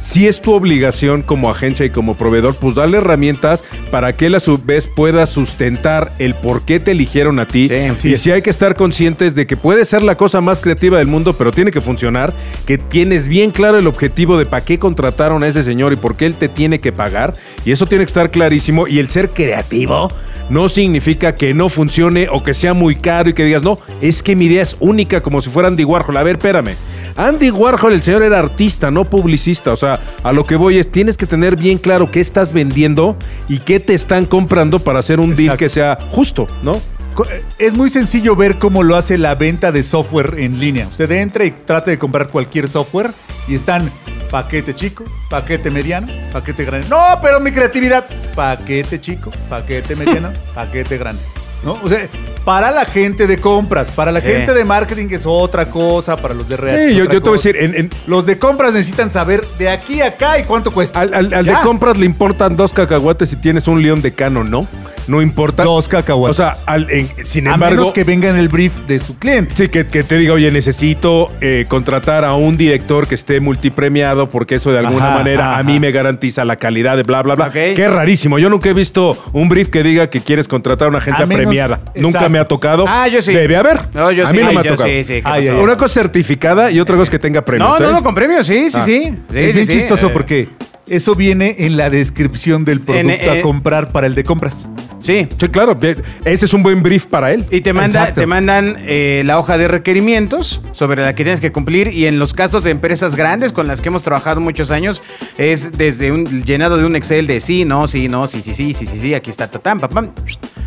Speaker 4: sí es tu obligación como agencia y como proveedor, pues darle herramientas para que él a su vez pueda sustentar el por qué te eligieron a ti.
Speaker 3: Sí, así
Speaker 4: y
Speaker 3: es.
Speaker 4: sí hay que estar conscientes de que puede ser la cosa más creativa del mundo, pero tiene que funcionar, que tienes bien claro el objetivo de para qué contrataron a ese señor y por qué él te tiene que pagar. Y eso tiene que estar clarísimo. Y el ser creativo no significa que no funcione o que sea muy caro y que digas, no, es que mi idea es única como si fuera Andy Warhol. A ver, espérame. Andy Warhol, el señor era artista, no publicista. O sea, a lo que voy es, tienes que tener bien claro qué estás vendiendo y qué te están comprando para hacer un deal
Speaker 5: Exacto.
Speaker 4: que sea justo, ¿no?
Speaker 5: Co- eh, Es muy sencillo ver cómo lo hace la venta de software en línea. Usted entra y trata de comprar cualquier software y están paquete chico, paquete mediano, paquete grande. No, pero mi creatividad. Paquete chico, paquete mediano, paquete grande. ¿No? O sea, para la gente de compras, para la
Speaker 3: Sí.
Speaker 5: gente de marketing es otra cosa, para los de RH.
Speaker 4: Sí,
Speaker 5: es
Speaker 4: yo,
Speaker 5: otra
Speaker 4: yo te voy a
Speaker 5: cosa.
Speaker 4: decir, en- en-
Speaker 5: Los de compras necesitan saber de aquí a acá y cuánto cuesta.
Speaker 4: al, al- al de
Speaker 5: Ya.
Speaker 4: compras le importan dos cacahuates si tienes un león de cano, ¿no? No importa.
Speaker 5: Dos cacahuates.
Speaker 4: O sea, al- en- sin
Speaker 5: A
Speaker 4: embargo...
Speaker 5: menos que venga en el brief de su cliente.
Speaker 4: Sí, que, que te diga, oye, necesito eh, contratar a un director que esté multipremiado porque eso de alguna
Speaker 5: Ajá,
Speaker 4: manera a
Speaker 5: ajá.
Speaker 4: mí me garantiza la calidad de bla, bla, bla.
Speaker 3: Ok.
Speaker 4: Qué rarísimo. Yo nunca he visto un brief que diga que quieres contratar a una agencia
Speaker 5: A menos-
Speaker 4: premiada. Nunca
Speaker 5: exacto.
Speaker 4: me ha tocado.
Speaker 3: Ah, yo sí.
Speaker 4: Debe haber.
Speaker 3: No, yo
Speaker 4: a
Speaker 3: sí.
Speaker 4: mí no
Speaker 3: Ay,
Speaker 4: me ha
Speaker 3: yo
Speaker 4: tocado.
Speaker 3: sí, sí, ¿qué
Speaker 5: Ay, pasó? ay,
Speaker 4: Una
Speaker 5: ay.
Speaker 4: cosa es certificada y otra cosa es que tenga premios.
Speaker 3: No, no,
Speaker 4: ¿eh?
Speaker 3: no, con premios, sí, sí,
Speaker 4: Ah.
Speaker 3: sí. Sí,
Speaker 5: es
Speaker 3: sí,
Speaker 5: bien
Speaker 3: sí.
Speaker 5: chistoso
Speaker 3: Eh,
Speaker 5: porque eso viene en la descripción del producto
Speaker 3: eh,
Speaker 5: a comprar para el de compras.
Speaker 3: Sí.
Speaker 4: Sí, claro. bien. Ese es un buen brief para él.
Speaker 3: Y te, manda,
Speaker 5: Exacto.
Speaker 3: te mandan eh, la hoja de requerimientos sobre la que tienes que cumplir y en los casos de empresas grandes con las que hemos trabajado muchos años es desde un llenado de un Excel de sí, no, sí, no, sí, sí, sí, sí, sí, sí aquí está, tatán, papam,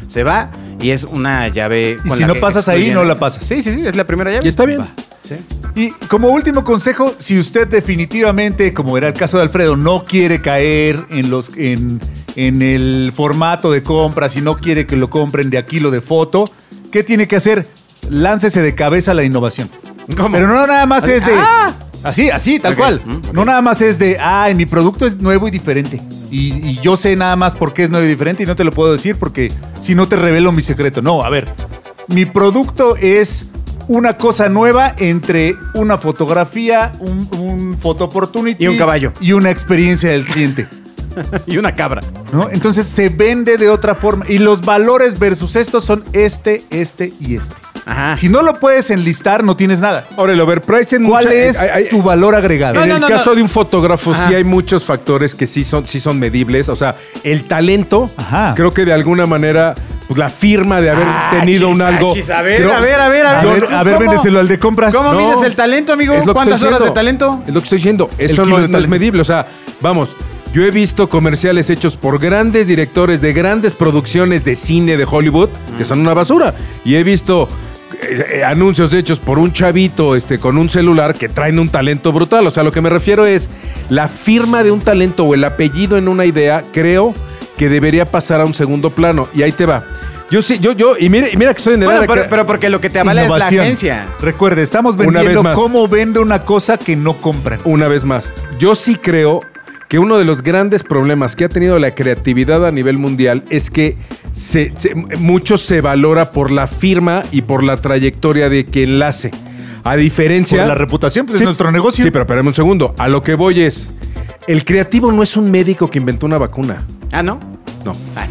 Speaker 3: se va y es una llave.
Speaker 5: Y
Speaker 3: con
Speaker 5: si
Speaker 3: la
Speaker 5: no
Speaker 3: que
Speaker 5: pasas ahí,
Speaker 3: excluyen-
Speaker 5: no la pasas.
Speaker 3: Sí, sí, sí, es la primera llave.
Speaker 4: Y está bien.
Speaker 3: Va, sí.
Speaker 5: Y como último consejo, si usted definitivamente, como era el caso de Alfredo, no quiere caer en los en, en el formato de compra, si no quiere que lo compren de aquí lo de foto, ¿qué tiene que hacer? Láncese de cabeza a la innovación.
Speaker 3: ¿Cómo?
Speaker 5: Pero no nada más es de
Speaker 3: Ah.
Speaker 5: así, así, tal
Speaker 3: Ok,
Speaker 5: cual.
Speaker 3: mm, ok.
Speaker 5: No nada más es de, ay, mi producto es nuevo y diferente. Y, y yo sé nada más por qué es nuevo y diferente y no te lo puedo decir porque si no te revelo mi secreto. No, a ver, mi producto es una cosa nueva entre una fotografía, un, un photo opportunity
Speaker 3: Y un caballo.
Speaker 5: y una experiencia del cliente.
Speaker 3: Y una cabra.
Speaker 5: ¿no? Entonces se vende de otra forma. Y los valores versus estos son este, este y este.
Speaker 3: Ajá.
Speaker 5: Si no lo puedes enlistar, no tienes nada.
Speaker 4: Ahora, el overpricing...
Speaker 5: ¿Cuál
Speaker 4: Mm. mucha-
Speaker 5: es
Speaker 4: hay- hay-
Speaker 5: tu valor agregado?
Speaker 3: No,
Speaker 4: en
Speaker 3: no,
Speaker 4: el
Speaker 3: no,
Speaker 4: caso
Speaker 3: no.
Speaker 4: de un fotógrafo sí
Speaker 3: Ajá.
Speaker 4: hay muchos factores que sí son, sí son medibles. O sea, el talento,
Speaker 5: Ajá.
Speaker 4: creo que de alguna manera, pues, la firma de haber
Speaker 3: Ah,
Speaker 4: tenido
Speaker 3: chis,
Speaker 4: un
Speaker 3: ah,
Speaker 4: algo.
Speaker 3: chis, a ver,
Speaker 4: creo-
Speaker 3: a ver, a ver, a
Speaker 5: A
Speaker 3: Yo-
Speaker 5: ver, a ver,
Speaker 3: ¿cómo?
Speaker 5: véndeselo al de compras.
Speaker 3: ¿Cómo
Speaker 5: No,
Speaker 3: mides el talento, amigo?
Speaker 4: es lo que
Speaker 3: ¿Cuántas
Speaker 4: estoy
Speaker 3: horas de
Speaker 4: diciendo.
Speaker 3: talento?
Speaker 4: Es lo que estoy diciendo. Eso
Speaker 5: kilo de
Speaker 4: no, no es
Speaker 5: talento.
Speaker 4: medible. O sea, vamos. Yo he visto comerciales hechos por grandes directores de grandes producciones de cine de Hollywood que son una basura. Y he visto eh, eh, anuncios hechos por un chavito este, con un celular que traen un talento brutal. O sea, lo que me refiero es la firma de un talento o el apellido en una idea, creo que debería pasar a un segundo plano. Y ahí te va. Yo sí, yo, yo, y mira, y mira que estoy en el
Speaker 3: Bueno,
Speaker 4: área
Speaker 3: pero,
Speaker 4: que-
Speaker 3: pero porque lo que te avala es la
Speaker 5: innovación.
Speaker 3: agencia.
Speaker 5: Recuerde, estamos
Speaker 4: Una vez
Speaker 5: vendiendo
Speaker 4: más.
Speaker 5: cómo vende una cosa que no compran.
Speaker 4: una vez más, yo sí creo que uno de los grandes problemas que ha tenido la creatividad a nivel mundial es que se- se- mucho se valora por la firma y por la trayectoria de quien la hace. A diferencia...
Speaker 5: Por la reputación, pues
Speaker 4: Sí,
Speaker 5: es nuestro negocio.
Speaker 4: Sí, pero espérame un segundo. A lo que voy es, el creativo no es un médico que inventó una vacuna.
Speaker 3: Ah, ¿no?
Speaker 4: No.
Speaker 3: Ah.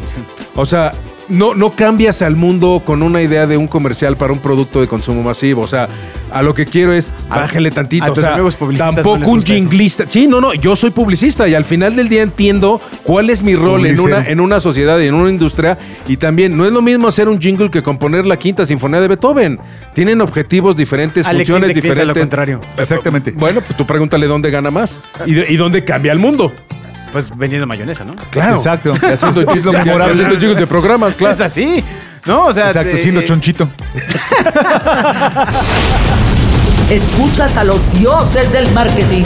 Speaker 4: O sea, no, no cambias al mundo con una idea de un comercial para un producto de consumo masivo. O sea, a lo que quiero es
Speaker 3: A-
Speaker 4: bájale tantito.
Speaker 3: a
Speaker 4: o
Speaker 3: tus
Speaker 4: sea,
Speaker 3: amigos publicistas
Speaker 4: tampoco
Speaker 3: no les
Speaker 4: un
Speaker 3: gusta eso.
Speaker 4: jinglista. Sí, no, no, yo soy publicista y al final del día entiendo cuál es mi rol en
Speaker 5: Publicero.
Speaker 4: una, en una sociedad y en una industria. Y también no es lo mismo hacer un jingle que componer la quinta sinfonía de Beethoven. Tienen objetivos diferentes,
Speaker 3: Alex
Speaker 4: funciones
Speaker 3: Intec piensa
Speaker 4: diferentes.
Speaker 3: lo contrario.
Speaker 5: Exactamente.
Speaker 4: Bueno, pues tú pregúntale dónde gana más y, y dónde cambia el mundo.
Speaker 3: Pues vendiendo mayonesa, ¿no?
Speaker 4: Claro.
Speaker 5: Exacto.
Speaker 4: Y Haciendo
Speaker 5: Es lo
Speaker 4: chistes-
Speaker 5: memorable.
Speaker 4: haciendo chistes de programas, claro.
Speaker 3: Es así. ¿No? O sea,
Speaker 5: Exacto,
Speaker 3: eh,
Speaker 5: sí, lo
Speaker 3: eh,
Speaker 5: chonchito.
Speaker 2: Escuchas a los dioses del marketing.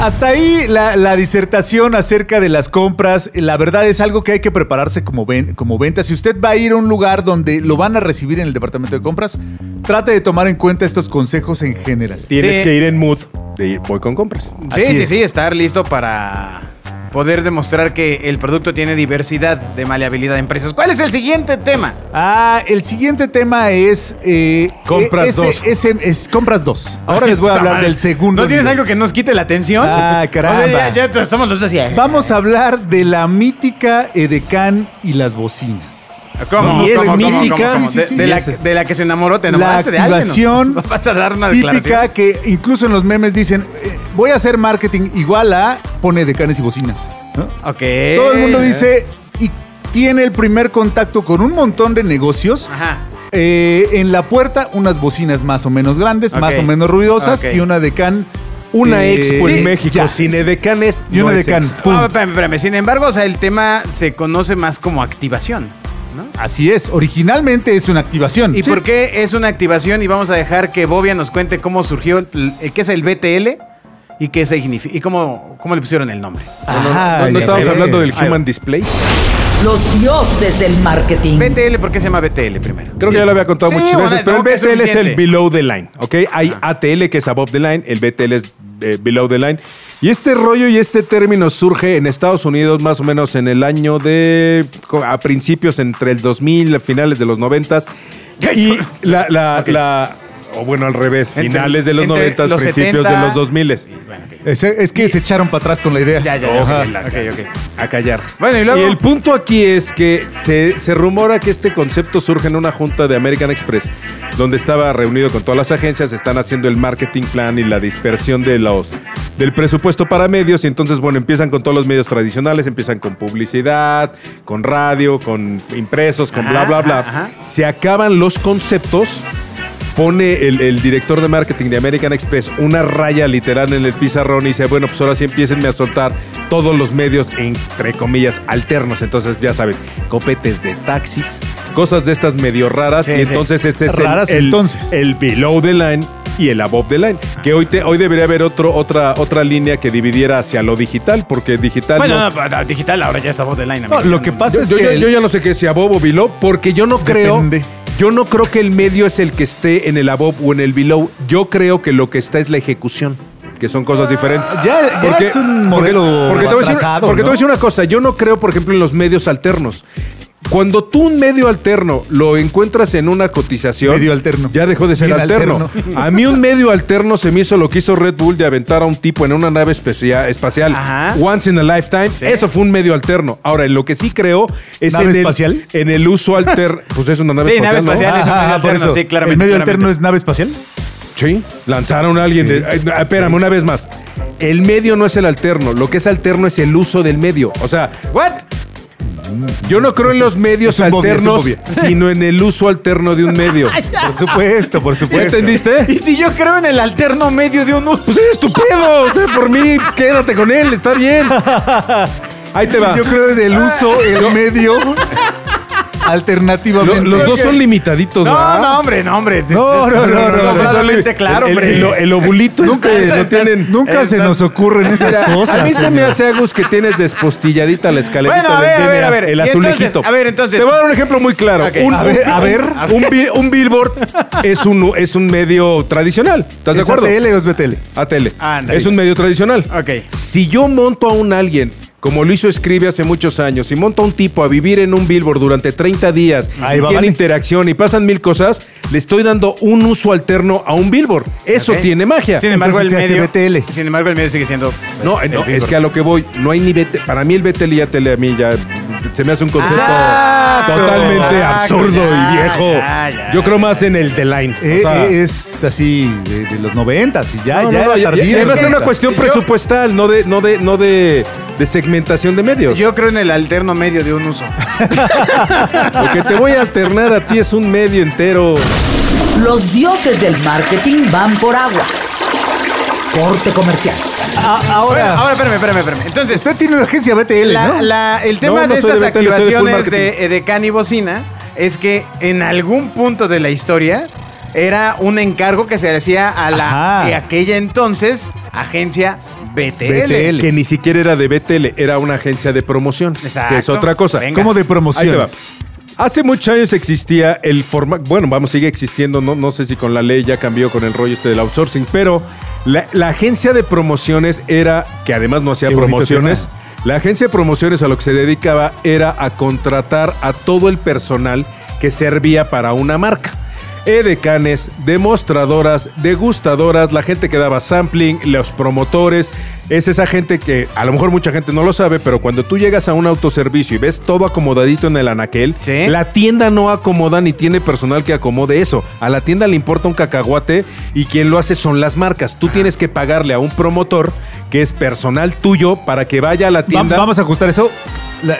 Speaker 5: Hasta ahí la, la disertación acerca de las compras. La verdad es algo que hay que prepararse como, ven- como venta. Si usted va a ir a un lugar donde lo van a recibir en el departamento de compras, trate de tomar en cuenta estos consejos en general.
Speaker 4: Tienes
Speaker 3: Sí.
Speaker 4: que ir en mood de ir, voy con compras.
Speaker 3: Sí,
Speaker 5: Así
Speaker 3: sí,
Speaker 5: es.
Speaker 3: sí, estar listo para poder demostrar que el producto tiene diversidad de maleabilidad de empresas. ¿Cuál es el siguiente tema?
Speaker 5: Ah, el siguiente tema es. eh,
Speaker 4: Compras
Speaker 5: eh, ese-
Speaker 4: dos.
Speaker 5: ese es compras dos. Ahora les voy a
Speaker 3: Puta
Speaker 5: hablar
Speaker 3: madre.
Speaker 5: del segundo.
Speaker 3: ¿No tienes
Speaker 5: nivel.
Speaker 3: algo que nos quite la atención?
Speaker 5: Ah, caramba.
Speaker 3: O sea, ya, ya estamos los dos así. eh.
Speaker 5: Vamos a hablar de la mítica Edecán y las bocinas.
Speaker 3: ¿Cómo?
Speaker 4: Y es
Speaker 3: ¿Cómo, cómo,
Speaker 4: mítica.
Speaker 3: cómo, cómo?
Speaker 5: Sí, sí, sí.
Speaker 3: De, de la,
Speaker 4: Ya sé.
Speaker 3: de la que se enamoró, te
Speaker 5: La
Speaker 3: enamoraste de alguien. ¿no?
Speaker 5: activación
Speaker 3: Vas a dar una
Speaker 5: Típica
Speaker 3: declaración.
Speaker 5: que incluso en los memes dicen, eh, voy a hacer marketing igual a pone Edecanes y bocinas. ¿no?
Speaker 3: Ok.
Speaker 5: Todo el mundo dice, ¿y tiene el primer contacto con un montón de negocios.
Speaker 3: Ajá.
Speaker 5: Eh, en la puerta, unas bocinas más o menos grandes,
Speaker 3: Ok.
Speaker 5: más o menos ruidosas,
Speaker 3: Ok.
Speaker 5: y una de can.
Speaker 4: Una
Speaker 5: eh,
Speaker 4: expo en
Speaker 5: sí,
Speaker 4: México,
Speaker 5: ya.
Speaker 4: cine de Canes.
Speaker 5: Y una de Cannes. Pum.
Speaker 3: No, espérame, espérame. Sin embargo, o sea, el tema se conoce más como activación. ¿no?
Speaker 5: Así es, originalmente es una activación.
Speaker 3: ¿Y por qué es una activación? Y vamos a dejar que Bobia nos cuente cómo surgió, el, el- qué es el BTL y qué significa, y cómo, cómo le pusieron el nombre.
Speaker 5: Ajá,
Speaker 4: ¿No
Speaker 5: Ah, ya
Speaker 4: estábamos
Speaker 5: ve.
Speaker 4: hablando del
Speaker 3: Ah, Ahí
Speaker 4: Human
Speaker 3: va.
Speaker 4: Display?
Speaker 2: Los dioses del marketing.
Speaker 3: BTL, ¿por qué se llama BTL primero?
Speaker 4: Creo que ya lo había contado
Speaker 3: Sí,
Speaker 4: muchas
Speaker 3: bueno,
Speaker 4: veces, pero el
Speaker 3: no, es
Speaker 4: BTL es el
Speaker 3: suficiente. Ah.
Speaker 4: below the line, ¿ok? Hay ATL que es above the line, el BTL es eh, below the line. Y este rollo y este término surge en Estados Unidos más o menos en el año de... a principios entre el 2000, a finales de los 90 y la... la- la- o bueno, al revés,
Speaker 3: Entre-
Speaker 4: finales de los
Speaker 3: entre
Speaker 4: 90,
Speaker 3: los
Speaker 4: principios
Speaker 3: 70.
Speaker 4: de los 2000.
Speaker 5: Es, es que se echaron para atrás con la idea.
Speaker 3: Ya, ya, ya.
Speaker 5: Ajá.
Speaker 3: ok, la- ok, ok.
Speaker 4: A callar.
Speaker 3: Bueno, y luego-
Speaker 4: el punto aquí es que se, se rumora que este concepto surge en una junta de American Express, donde estaba reunido con todas las agencias, están haciendo el marketing plan y la dispersión de los, del presupuesto para medios. Y entonces, bueno, empiezan con todos los medios tradicionales, empiezan con publicidad, con radio, con impresos, con bla, bla, bla. Se acaban los conceptos pone el, el director de marketing de American Express una raya literal en el pizarrón y dice, bueno, pues ahora sí empiecen a soltar todos los medios, entre comillas, alternos. Entonces, ya saben, copetes de taxis, cosas de estas medio raras.
Speaker 3: Sí,
Speaker 4: y
Speaker 3: sí.
Speaker 4: entonces este es el-
Speaker 5: Raras,
Speaker 4: el,
Speaker 5: entonces.
Speaker 4: el below the line y el above the line. Que hoy, te- hoy debería haber otro, otra, otra línea que dividiera hacia lo digital, porque digital...
Speaker 3: Bueno,
Speaker 4: no-
Speaker 3: no, pero, no, digital ahora ya es above the line.
Speaker 5: No,
Speaker 3: amigo.
Speaker 5: lo que pasa
Speaker 4: yo,
Speaker 5: es
Speaker 4: yo-
Speaker 5: que
Speaker 4: yo-
Speaker 5: el-
Speaker 4: yo ya no sé qué sea Bobo Below, porque yo no creo.
Speaker 5: Depende.
Speaker 4: Yo no creo que el medio es el que esté en el above o en el below. Yo creo que lo que está es la ejecución, que son cosas diferentes.
Speaker 5: Ah, Ya- ya es un modelo
Speaker 4: te voy a decir-
Speaker 5: atrasado,
Speaker 4: porque te voy a
Speaker 5: ¿no?
Speaker 4: decir una cosa, yo no creo, por ejemplo, en los medios alternos. Cuando tú un medio alterno lo encuentras en una cotización.
Speaker 5: Medio alterno.
Speaker 4: Ya dejó de ser
Speaker 5: Bien
Speaker 4: alterno.
Speaker 5: alterno.
Speaker 4: A mí un medio alterno se me hizo lo que hizo Red Bull de aventar a un tipo en una nave especia- espacial.
Speaker 3: Ajá.
Speaker 4: Once in a lifetime. Eso fue un medio alterno. Ahora, en lo que sí creo es
Speaker 5: ¿Nave
Speaker 4: en el,
Speaker 5: espacial?
Speaker 4: en el uso alterno. Pues es una nave
Speaker 3: Sí,
Speaker 4: espacial.
Speaker 3: nave
Speaker 4: ¿no?
Speaker 3: espacial.
Speaker 5: Ah,
Speaker 3: es un medio
Speaker 5: ah, por
Speaker 3: alterno,
Speaker 5: eso.
Speaker 3: sí, claramente,
Speaker 5: ¿El medio
Speaker 3: claramente.
Speaker 5: alterno es nave espacial?
Speaker 4: Ah, Sí, lanzaron a alguien. De, Ay, no, espérame, una vez más. El medio no es el alterno. Lo que es alterno es el uso del medio. O sea,
Speaker 3: ¿What?
Speaker 4: yo no creo en los medios
Speaker 5: es un bobia, es un
Speaker 4: alternos,
Speaker 5: bobia.
Speaker 4: sino en el uso alterno de un medio.
Speaker 5: Por supuesto, por supuesto.
Speaker 4: ¿Entendiste?
Speaker 3: Y si yo creo en el alterno medio de un uso.
Speaker 4: Pues es estupendo. O sea, por mí, quédate con él, está bien. Ahí te va.
Speaker 5: Yo creo en el uso, el medio,
Speaker 4: Lo-
Speaker 5: alternativamente.
Speaker 4: los dos son limitaditos,
Speaker 3: No,
Speaker 4: ¿verdad?
Speaker 3: no, hombre, no, hombre.
Speaker 5: No, no, no, no, no,
Speaker 3: sobradamente claro,
Speaker 4: el, el-
Speaker 3: hombre.
Speaker 4: el- el ovulito
Speaker 5: Nunca,
Speaker 4: este
Speaker 5: no
Speaker 4: lo tienen.
Speaker 5: nunca se
Speaker 3: Estás-
Speaker 5: nos ocurren esas
Speaker 4: Mira,
Speaker 5: cosas.
Speaker 4: a mí se me
Speaker 5: señor.
Speaker 4: hace Agus que tienes despostilladita la escalerita
Speaker 3: Bueno, a
Speaker 4: del
Speaker 3: ver, a ver,
Speaker 4: DNA,
Speaker 3: a ver.
Speaker 4: el
Speaker 3: Y
Speaker 4: azulejito.
Speaker 3: entonces, a ver, entonces.
Speaker 4: Te voy a dar un ejemplo muy claro.
Speaker 3: Ok.
Speaker 4: Un,
Speaker 5: A ver,
Speaker 4: un-
Speaker 5: a ver.
Speaker 4: Un, bi- un billboard es un, es un medio tradicional. ¿Estás de
Speaker 5: ¿Es
Speaker 4: acuerdo?
Speaker 5: ATL o es BTL?
Speaker 4: A tele.
Speaker 3: Ándale.
Speaker 4: Es un medio tradicional.
Speaker 3: Ok.
Speaker 4: Si yo monto a un alguien, como lo hizo Escribe hace muchos años, y monto a un tipo a vivir en un billboard durante 30 días,
Speaker 5: Ahí
Speaker 4: y
Speaker 5: va,
Speaker 4: tiene
Speaker 5: vale.
Speaker 4: interacción y pasan mil cosas, le estoy dando un uso alterno a un billboard. Eso
Speaker 3: Ok.
Speaker 4: tiene magia.
Speaker 3: Sin embargo, el
Speaker 5: Entonces se hace
Speaker 3: medio.
Speaker 5: BTL.
Speaker 3: Sin embargo, el medio sigue siendo.
Speaker 4: No, eh,
Speaker 3: el
Speaker 4: no, es
Speaker 3: Billboard.
Speaker 4: que a lo que voy, no hay ni BT. Para mí el BTL y ATL a mí ya se me hace un concepto
Speaker 3: Exacto,
Speaker 4: totalmente
Speaker 3: Ah, exacto,
Speaker 4: absurdo
Speaker 3: ya,
Speaker 4: y viejo.
Speaker 3: ya, ya,
Speaker 4: Yo creo más en el The Line.
Speaker 5: Eh,
Speaker 4: o sea,
Speaker 5: eh, es así de, de los noventas y ya,
Speaker 3: Ah,
Speaker 4: no, no,
Speaker 5: ya
Speaker 4: no,
Speaker 5: era tardío.
Speaker 4: ya-
Speaker 5: en los
Speaker 4: además es una
Speaker 5: noventas.
Speaker 4: cuestión
Speaker 3: Yo-
Speaker 4: presupuestal, no de, no de, no de, de segmentación de medios.
Speaker 3: Yo creo en el alterno medio de un uso.
Speaker 4: Lo que te voy a alternar a ti es un medio entero.
Speaker 2: Los dioses del marketing van por agua. Corte comercial.
Speaker 5: A-
Speaker 3: Bueno,
Speaker 5: ahora,
Speaker 3: ahora, espérame, espérame, espérame. Entonces,
Speaker 5: usted tiene una agencia BTL,
Speaker 3: la-
Speaker 5: ¿no?
Speaker 3: la- el tema
Speaker 4: No, no
Speaker 3: de
Speaker 4: soy
Speaker 3: estas
Speaker 4: de BTL, soy de full
Speaker 3: activaciones
Speaker 4: marketing.
Speaker 3: de, de Can y Bocina es que en algún punto de la historia era un encargo que se le hacía a la
Speaker 5: Ajá.
Speaker 3: de aquella entonces agencia BTL.
Speaker 5: BTL.
Speaker 4: Que ni siquiera era de BTL, era una agencia de promoción.
Speaker 3: Exacto.
Speaker 4: Que es otra cosa.
Speaker 3: Venga.
Speaker 5: Como de
Speaker 4: Ahí te va.
Speaker 5: promociones.
Speaker 4: Hace muchos años existía el formato, bueno, vamos, sigue existiendo, no, no sé si con la ley ya cambió con el rollo este del outsourcing, pero la, la agencia de promociones era, que además no hacía
Speaker 5: Qué bonito
Speaker 4: promociones, la agencia de promociones a lo que se dedicaba era a contratar a todo el personal que servía para una marca. Edecanes, demostradoras, degustadoras, la gente que daba sampling, los promotores. Es esa gente que a lo mejor mucha gente no lo sabe, pero cuando tú llegas a un autoservicio y ves todo acomodadito en el anaquel,
Speaker 3: Sí.
Speaker 4: la tienda no acomoda ni tiene personal que acomode eso. A la tienda le importa un cacahuate y quien lo hace son las marcas. Tú tienes que pagarle a un promotor que es personal tuyo para que vaya a la
Speaker 5: Va-
Speaker 4: tienda.
Speaker 5: vamos a ajustar eso. la-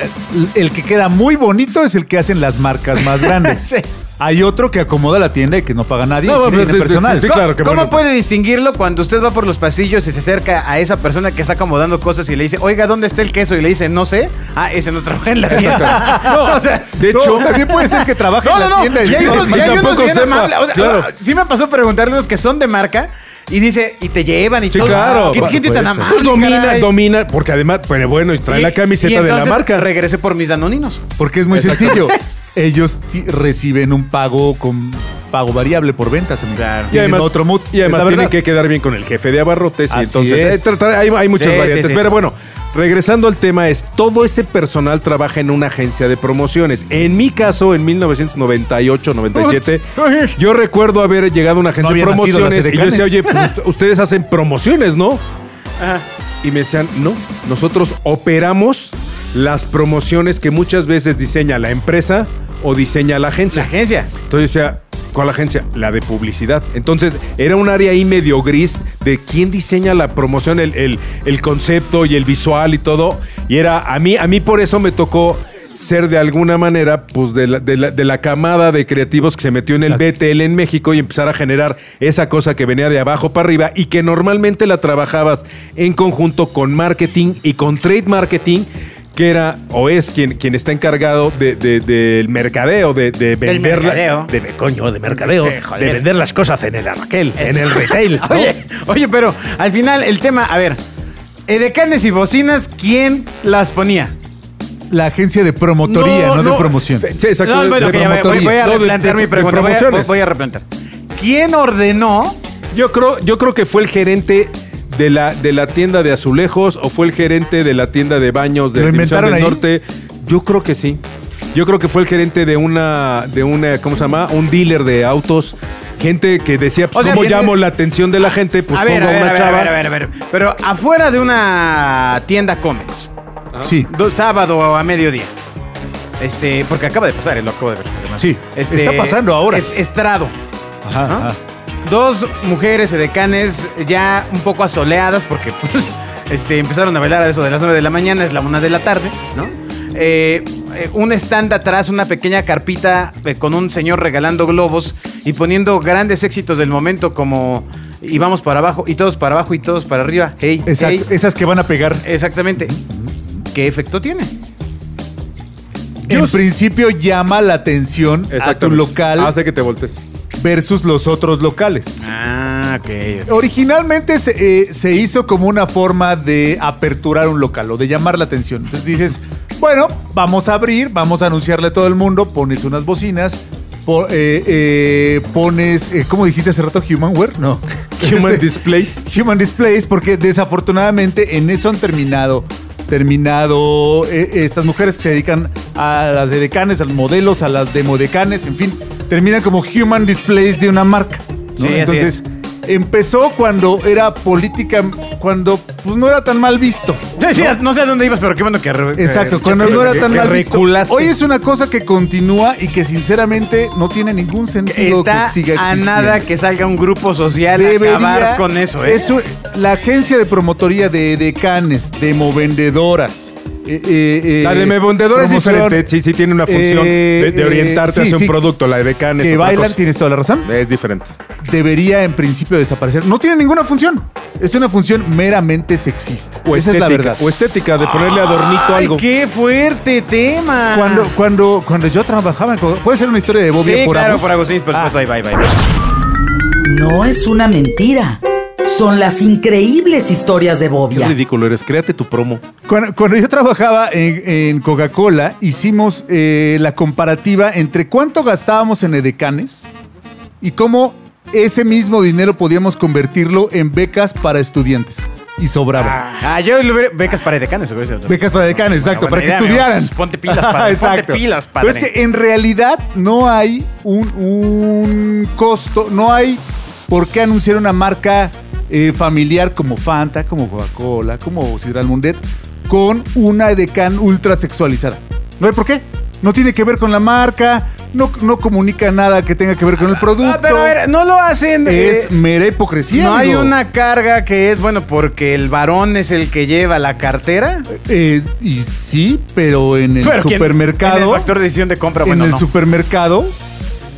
Speaker 5: el que queda muy bonito es el que hacen las marcas más grandes. Hay otro que acomoda la tienda y que no paga nadie,
Speaker 4: No,
Speaker 5: y sí
Speaker 4: pero
Speaker 5: tiene
Speaker 4: sí, sí,
Speaker 5: personal.
Speaker 4: sí,
Speaker 3: ¿Cómo,
Speaker 4: claro que
Speaker 3: cómo
Speaker 4: bueno.
Speaker 3: puede distinguirlo cuando usted va por los pasillos y se acerca a esa persona que está acomodando cosas y le dice, oiga, ¿dónde está el queso? Y le dice, no sé. Ah, ese no trabaja en la tienda.
Speaker 4: No, o sea, de
Speaker 5: No,
Speaker 4: hecho,
Speaker 5: también puede ser que trabaje
Speaker 3: No,
Speaker 5: en la
Speaker 3: no, no.
Speaker 5: tienda. y
Speaker 3: Y hay
Speaker 5: no-
Speaker 3: unos, y hay unos
Speaker 4: tampoco
Speaker 3: bien
Speaker 4: sepa,
Speaker 3: amables. O sea, ah,
Speaker 4: claro.
Speaker 3: Sí me pasó preguntarle unos que son de marca y dice, y te llevan y
Speaker 4: Sí,
Speaker 3: todo.
Speaker 4: claro.
Speaker 3: Qué
Speaker 4: Por
Speaker 3: gente tan
Speaker 4: supuesto.
Speaker 3: amable.
Speaker 4: Pues domina,
Speaker 3: caray.
Speaker 4: domina, porque además, pero bueno, y trae
Speaker 3: Y-
Speaker 4: la
Speaker 3: y
Speaker 4: camiseta de la
Speaker 3: entonces
Speaker 4: marca.
Speaker 3: Regresé por mis danoninos.
Speaker 5: Porque es muy
Speaker 4: Exacto.
Speaker 5: sencillo. Ellos ti- reciben un pago con pago variable por ventas, amigo.
Speaker 3: Claro.
Speaker 5: Tienen otro mood.
Speaker 4: y además
Speaker 5: Es la
Speaker 4: tienen
Speaker 5: verdad.
Speaker 4: que quedar bien con el jefe de abarrotes. Y
Speaker 5: Así
Speaker 4: entonces,
Speaker 5: es.
Speaker 4: eh, tra- tra- hay, hay muchas
Speaker 3: Sí, sí,
Speaker 4: variantes.
Speaker 3: sí,
Speaker 4: pero
Speaker 3: sí.
Speaker 4: bueno, regresando al tema, es todo ese personal trabaja en una agencia de promociones. En mi caso, en 1998-97, yo recuerdo haber llegado a una agencia
Speaker 5: No
Speaker 4: de
Speaker 5: había nacido las
Speaker 4: promociones y yo
Speaker 5: edecanes.
Speaker 4: decía, oye, pues, ust- ustedes hacen promociones, ¿no? Y me decían, no, nosotros operamos las promociones que muchas veces diseña la empresa o diseña la agencia.
Speaker 3: La agencia.
Speaker 4: Entonces yo decía, ¿cuál agencia? La de publicidad. Entonces era un área ahí medio gris de quién diseña la promoción, el, el- el concepto y el visual y todo. Y era, a mí, a mí por eso me tocó ser de alguna manera, pues de la, de la- de la camada de creativos que se metió en el BTL en México y empezar a generar esa cosa que venía de abajo para arriba y que normalmente la trabajabas en conjunto con marketing y con trade marketing, que era o es quien, quien está encargado de- de- del mercadeo, de, de
Speaker 3: Del
Speaker 4: venderla-
Speaker 3: mercadeo.
Speaker 4: de coño, de mercadeo,
Speaker 3: Sí, joder.
Speaker 4: de vender las cosas en el Raquel, en el retail. ¿no?
Speaker 3: Oye, oye, pero al final el tema, a ver, edecanes y bocinas, ¿quién las ponía?
Speaker 5: La agencia de promotoría, no, de promoción.
Speaker 4: Sí, exacto.
Speaker 3: No,
Speaker 4: de-
Speaker 3: bueno,
Speaker 4: de
Speaker 3: que ya voy- voy, voy
Speaker 4: promotoría.
Speaker 3: a
Speaker 4: No, de-
Speaker 3: replantear
Speaker 4: de-
Speaker 3: mi
Speaker 4: de
Speaker 3: pregunta. Voy a,
Speaker 4: promociones.
Speaker 3: voy a replantear. ¿Quién ordenó?
Speaker 4: Yo creo, yo creo que fue el gerente de la, de la tienda de azulejos o fue el gerente de la tienda de baños de
Speaker 5: ¿Lo
Speaker 4: División
Speaker 5: inventaron ahí?
Speaker 4: del Norte. Yo creo que sí. Yo creo que fue el gerente de una, de una, ¿cómo se llama? Un dealer de autos. Gente que decía, pues,
Speaker 3: O sea,
Speaker 4: ¿cómo
Speaker 3: viene-
Speaker 4: llamo la atención de la gente? Pues
Speaker 3: a, ver,
Speaker 4: pongo
Speaker 3: a,
Speaker 4: a
Speaker 3: ver,
Speaker 4: una
Speaker 3: a ver, a
Speaker 4: chava.
Speaker 3: ver, a ver, a ver. Pero afuera de una tienda cómics,
Speaker 5: Sí.
Speaker 3: do- sábado a mediodía. Este, porque acaba de pasar, eh, lo acabo de ver. además.
Speaker 5: Sí,
Speaker 3: Este,
Speaker 5: está pasando ahora.
Speaker 3: es- estrado.
Speaker 5: Ajá,
Speaker 3: ¿no?
Speaker 5: ajá.
Speaker 3: Dos mujeres edecanes ya un poco asoleadas porque pues, este, empezaron a bailar a eso de las 9 de la mañana, es la 1 de la tarde, ¿no? Eh, eh, un stand atrás, una pequeña carpita eh, con un señor regalando globos y poniendo grandes éxitos del momento como y vamos para abajo y todos para abajo y todos para arriba. Hey,
Speaker 5: Exacto.
Speaker 3: hey.
Speaker 5: Esas que van a pegar.
Speaker 3: Exactamente. ¿Qué efecto tiene?
Speaker 5: En principio llama la atención a tu
Speaker 4: Exactamente. Ah,
Speaker 5: local
Speaker 4: Hace que te voltees.
Speaker 5: versus los otros locales.
Speaker 3: Ah, ok.
Speaker 5: Originalmente se, eh, se hizo como una forma de aperturar un local o de llamar la atención. Entonces dices, bueno, vamos a abrir, vamos a anunciarle a todo el mundo, pones unas bocinas, po- eh, eh, pones, eh, ¿cómo dijiste hace rato? Humanware, no.
Speaker 4: Human
Speaker 5: Este,
Speaker 4: Displays.
Speaker 5: Human Displays, porque desafortunadamente en eso han terminado. Terminado eh, estas mujeres que se dedican a las de decanes, a los modelos, a las demodecanes, en fin, terminan como Human Displays de una marca. ¿no?
Speaker 3: Sí, así
Speaker 5: Entonces,
Speaker 3: es.
Speaker 5: empezó cuando era política, cuando pues no era tan mal visto.
Speaker 3: Sí, sí, no sé a dónde ibas, pero qué bueno que... re-
Speaker 5: Exacto,
Speaker 3: que-
Speaker 5: cuando
Speaker 3: que-
Speaker 5: no era
Speaker 3: que-
Speaker 5: tan
Speaker 3: que
Speaker 5: mal visto.
Speaker 3: reculaste.
Speaker 5: Hoy es una cosa que continúa y que sinceramente no tiene ningún sentido
Speaker 3: Está
Speaker 5: que siga
Speaker 3: a
Speaker 5: existiendo.
Speaker 3: nada que salga un grupo social a acabar con eso, ¿eh?
Speaker 5: es un- la agencia de promotoría de decanes, de movendedoras. eh, eh, eh,
Speaker 4: La de vendedora es
Speaker 5: promoción,
Speaker 4: diferente, sí, sí tiene una función
Speaker 5: eh,
Speaker 4: de, de
Speaker 5: eh,
Speaker 4: orientarte
Speaker 5: sí,
Speaker 4: hacia
Speaker 5: sí,
Speaker 4: un producto, la de decanes
Speaker 5: Que bailan, tienes toda la razón.
Speaker 4: Es diferente.
Speaker 5: Debería en principio desaparecer. No tiene ninguna función. Es una función meramente sexista.
Speaker 4: O
Speaker 5: Esa es
Speaker 4: estética,
Speaker 5: la verdad.
Speaker 4: o estética, de ponerle adornito a
Speaker 3: Ay,
Speaker 4: algo.
Speaker 3: qué fuerte tema.
Speaker 5: Cuando, cuando, cuando yo trabajaba en Coca- Puede ser una historia de Bobby
Speaker 3: Ah. Sí,
Speaker 5: por Ah.
Speaker 3: claro,
Speaker 5: Abus?
Speaker 3: por Agustín, por supuesto, ahí va, ahí va, ahí va.
Speaker 2: No es una mentira. Son las increíbles historias de
Speaker 4: Qué
Speaker 2: Bobia.
Speaker 4: ridículo eres, créate tu promo.
Speaker 5: Cuando, cuando yo trabajaba en, en Coca-Cola, hicimos eh, la comparativa entre cuánto gastábamos en edecanes y cómo ese mismo dinero podíamos convertirlo en becas para estudiantes. Y sobraba.
Speaker 3: Ah, yo lo hubiera... Becas para edecanes, seguro. eso.
Speaker 5: Becas para edecanes,
Speaker 3: Buena,
Speaker 5: exacto,
Speaker 3: buena
Speaker 5: para que
Speaker 3: idea,
Speaker 5: estudiaran.
Speaker 3: amigos. Ponte pilas, padre,
Speaker 5: exacto.
Speaker 3: ponte pilas,
Speaker 5: Pero
Speaker 3: padre.
Speaker 5: es que en realidad no hay un, un costo, no hay por qué anunciar una marca eh, familiar como Fanta, como Coca-Cola, como Sidral Mundet, con una edecán ultra sexualizada. No hay por qué. No tiene que ver con la marca, no, no comunica nada que tenga que ver con el producto.
Speaker 3: Ah, pero a ver, no lo hacen.
Speaker 5: es
Speaker 3: eh,
Speaker 5: mera hipocresía.
Speaker 3: no hay
Speaker 5: amigo.
Speaker 3: una carga que es, bueno, porque el varón es el que lleva la cartera.
Speaker 5: Eh, y sí, pero en el
Speaker 3: Pero ¿quién-
Speaker 5: supermercado.
Speaker 3: En el factor de decisión de compra,
Speaker 5: en
Speaker 3: bueno,
Speaker 5: el
Speaker 3: no.
Speaker 5: supermercado,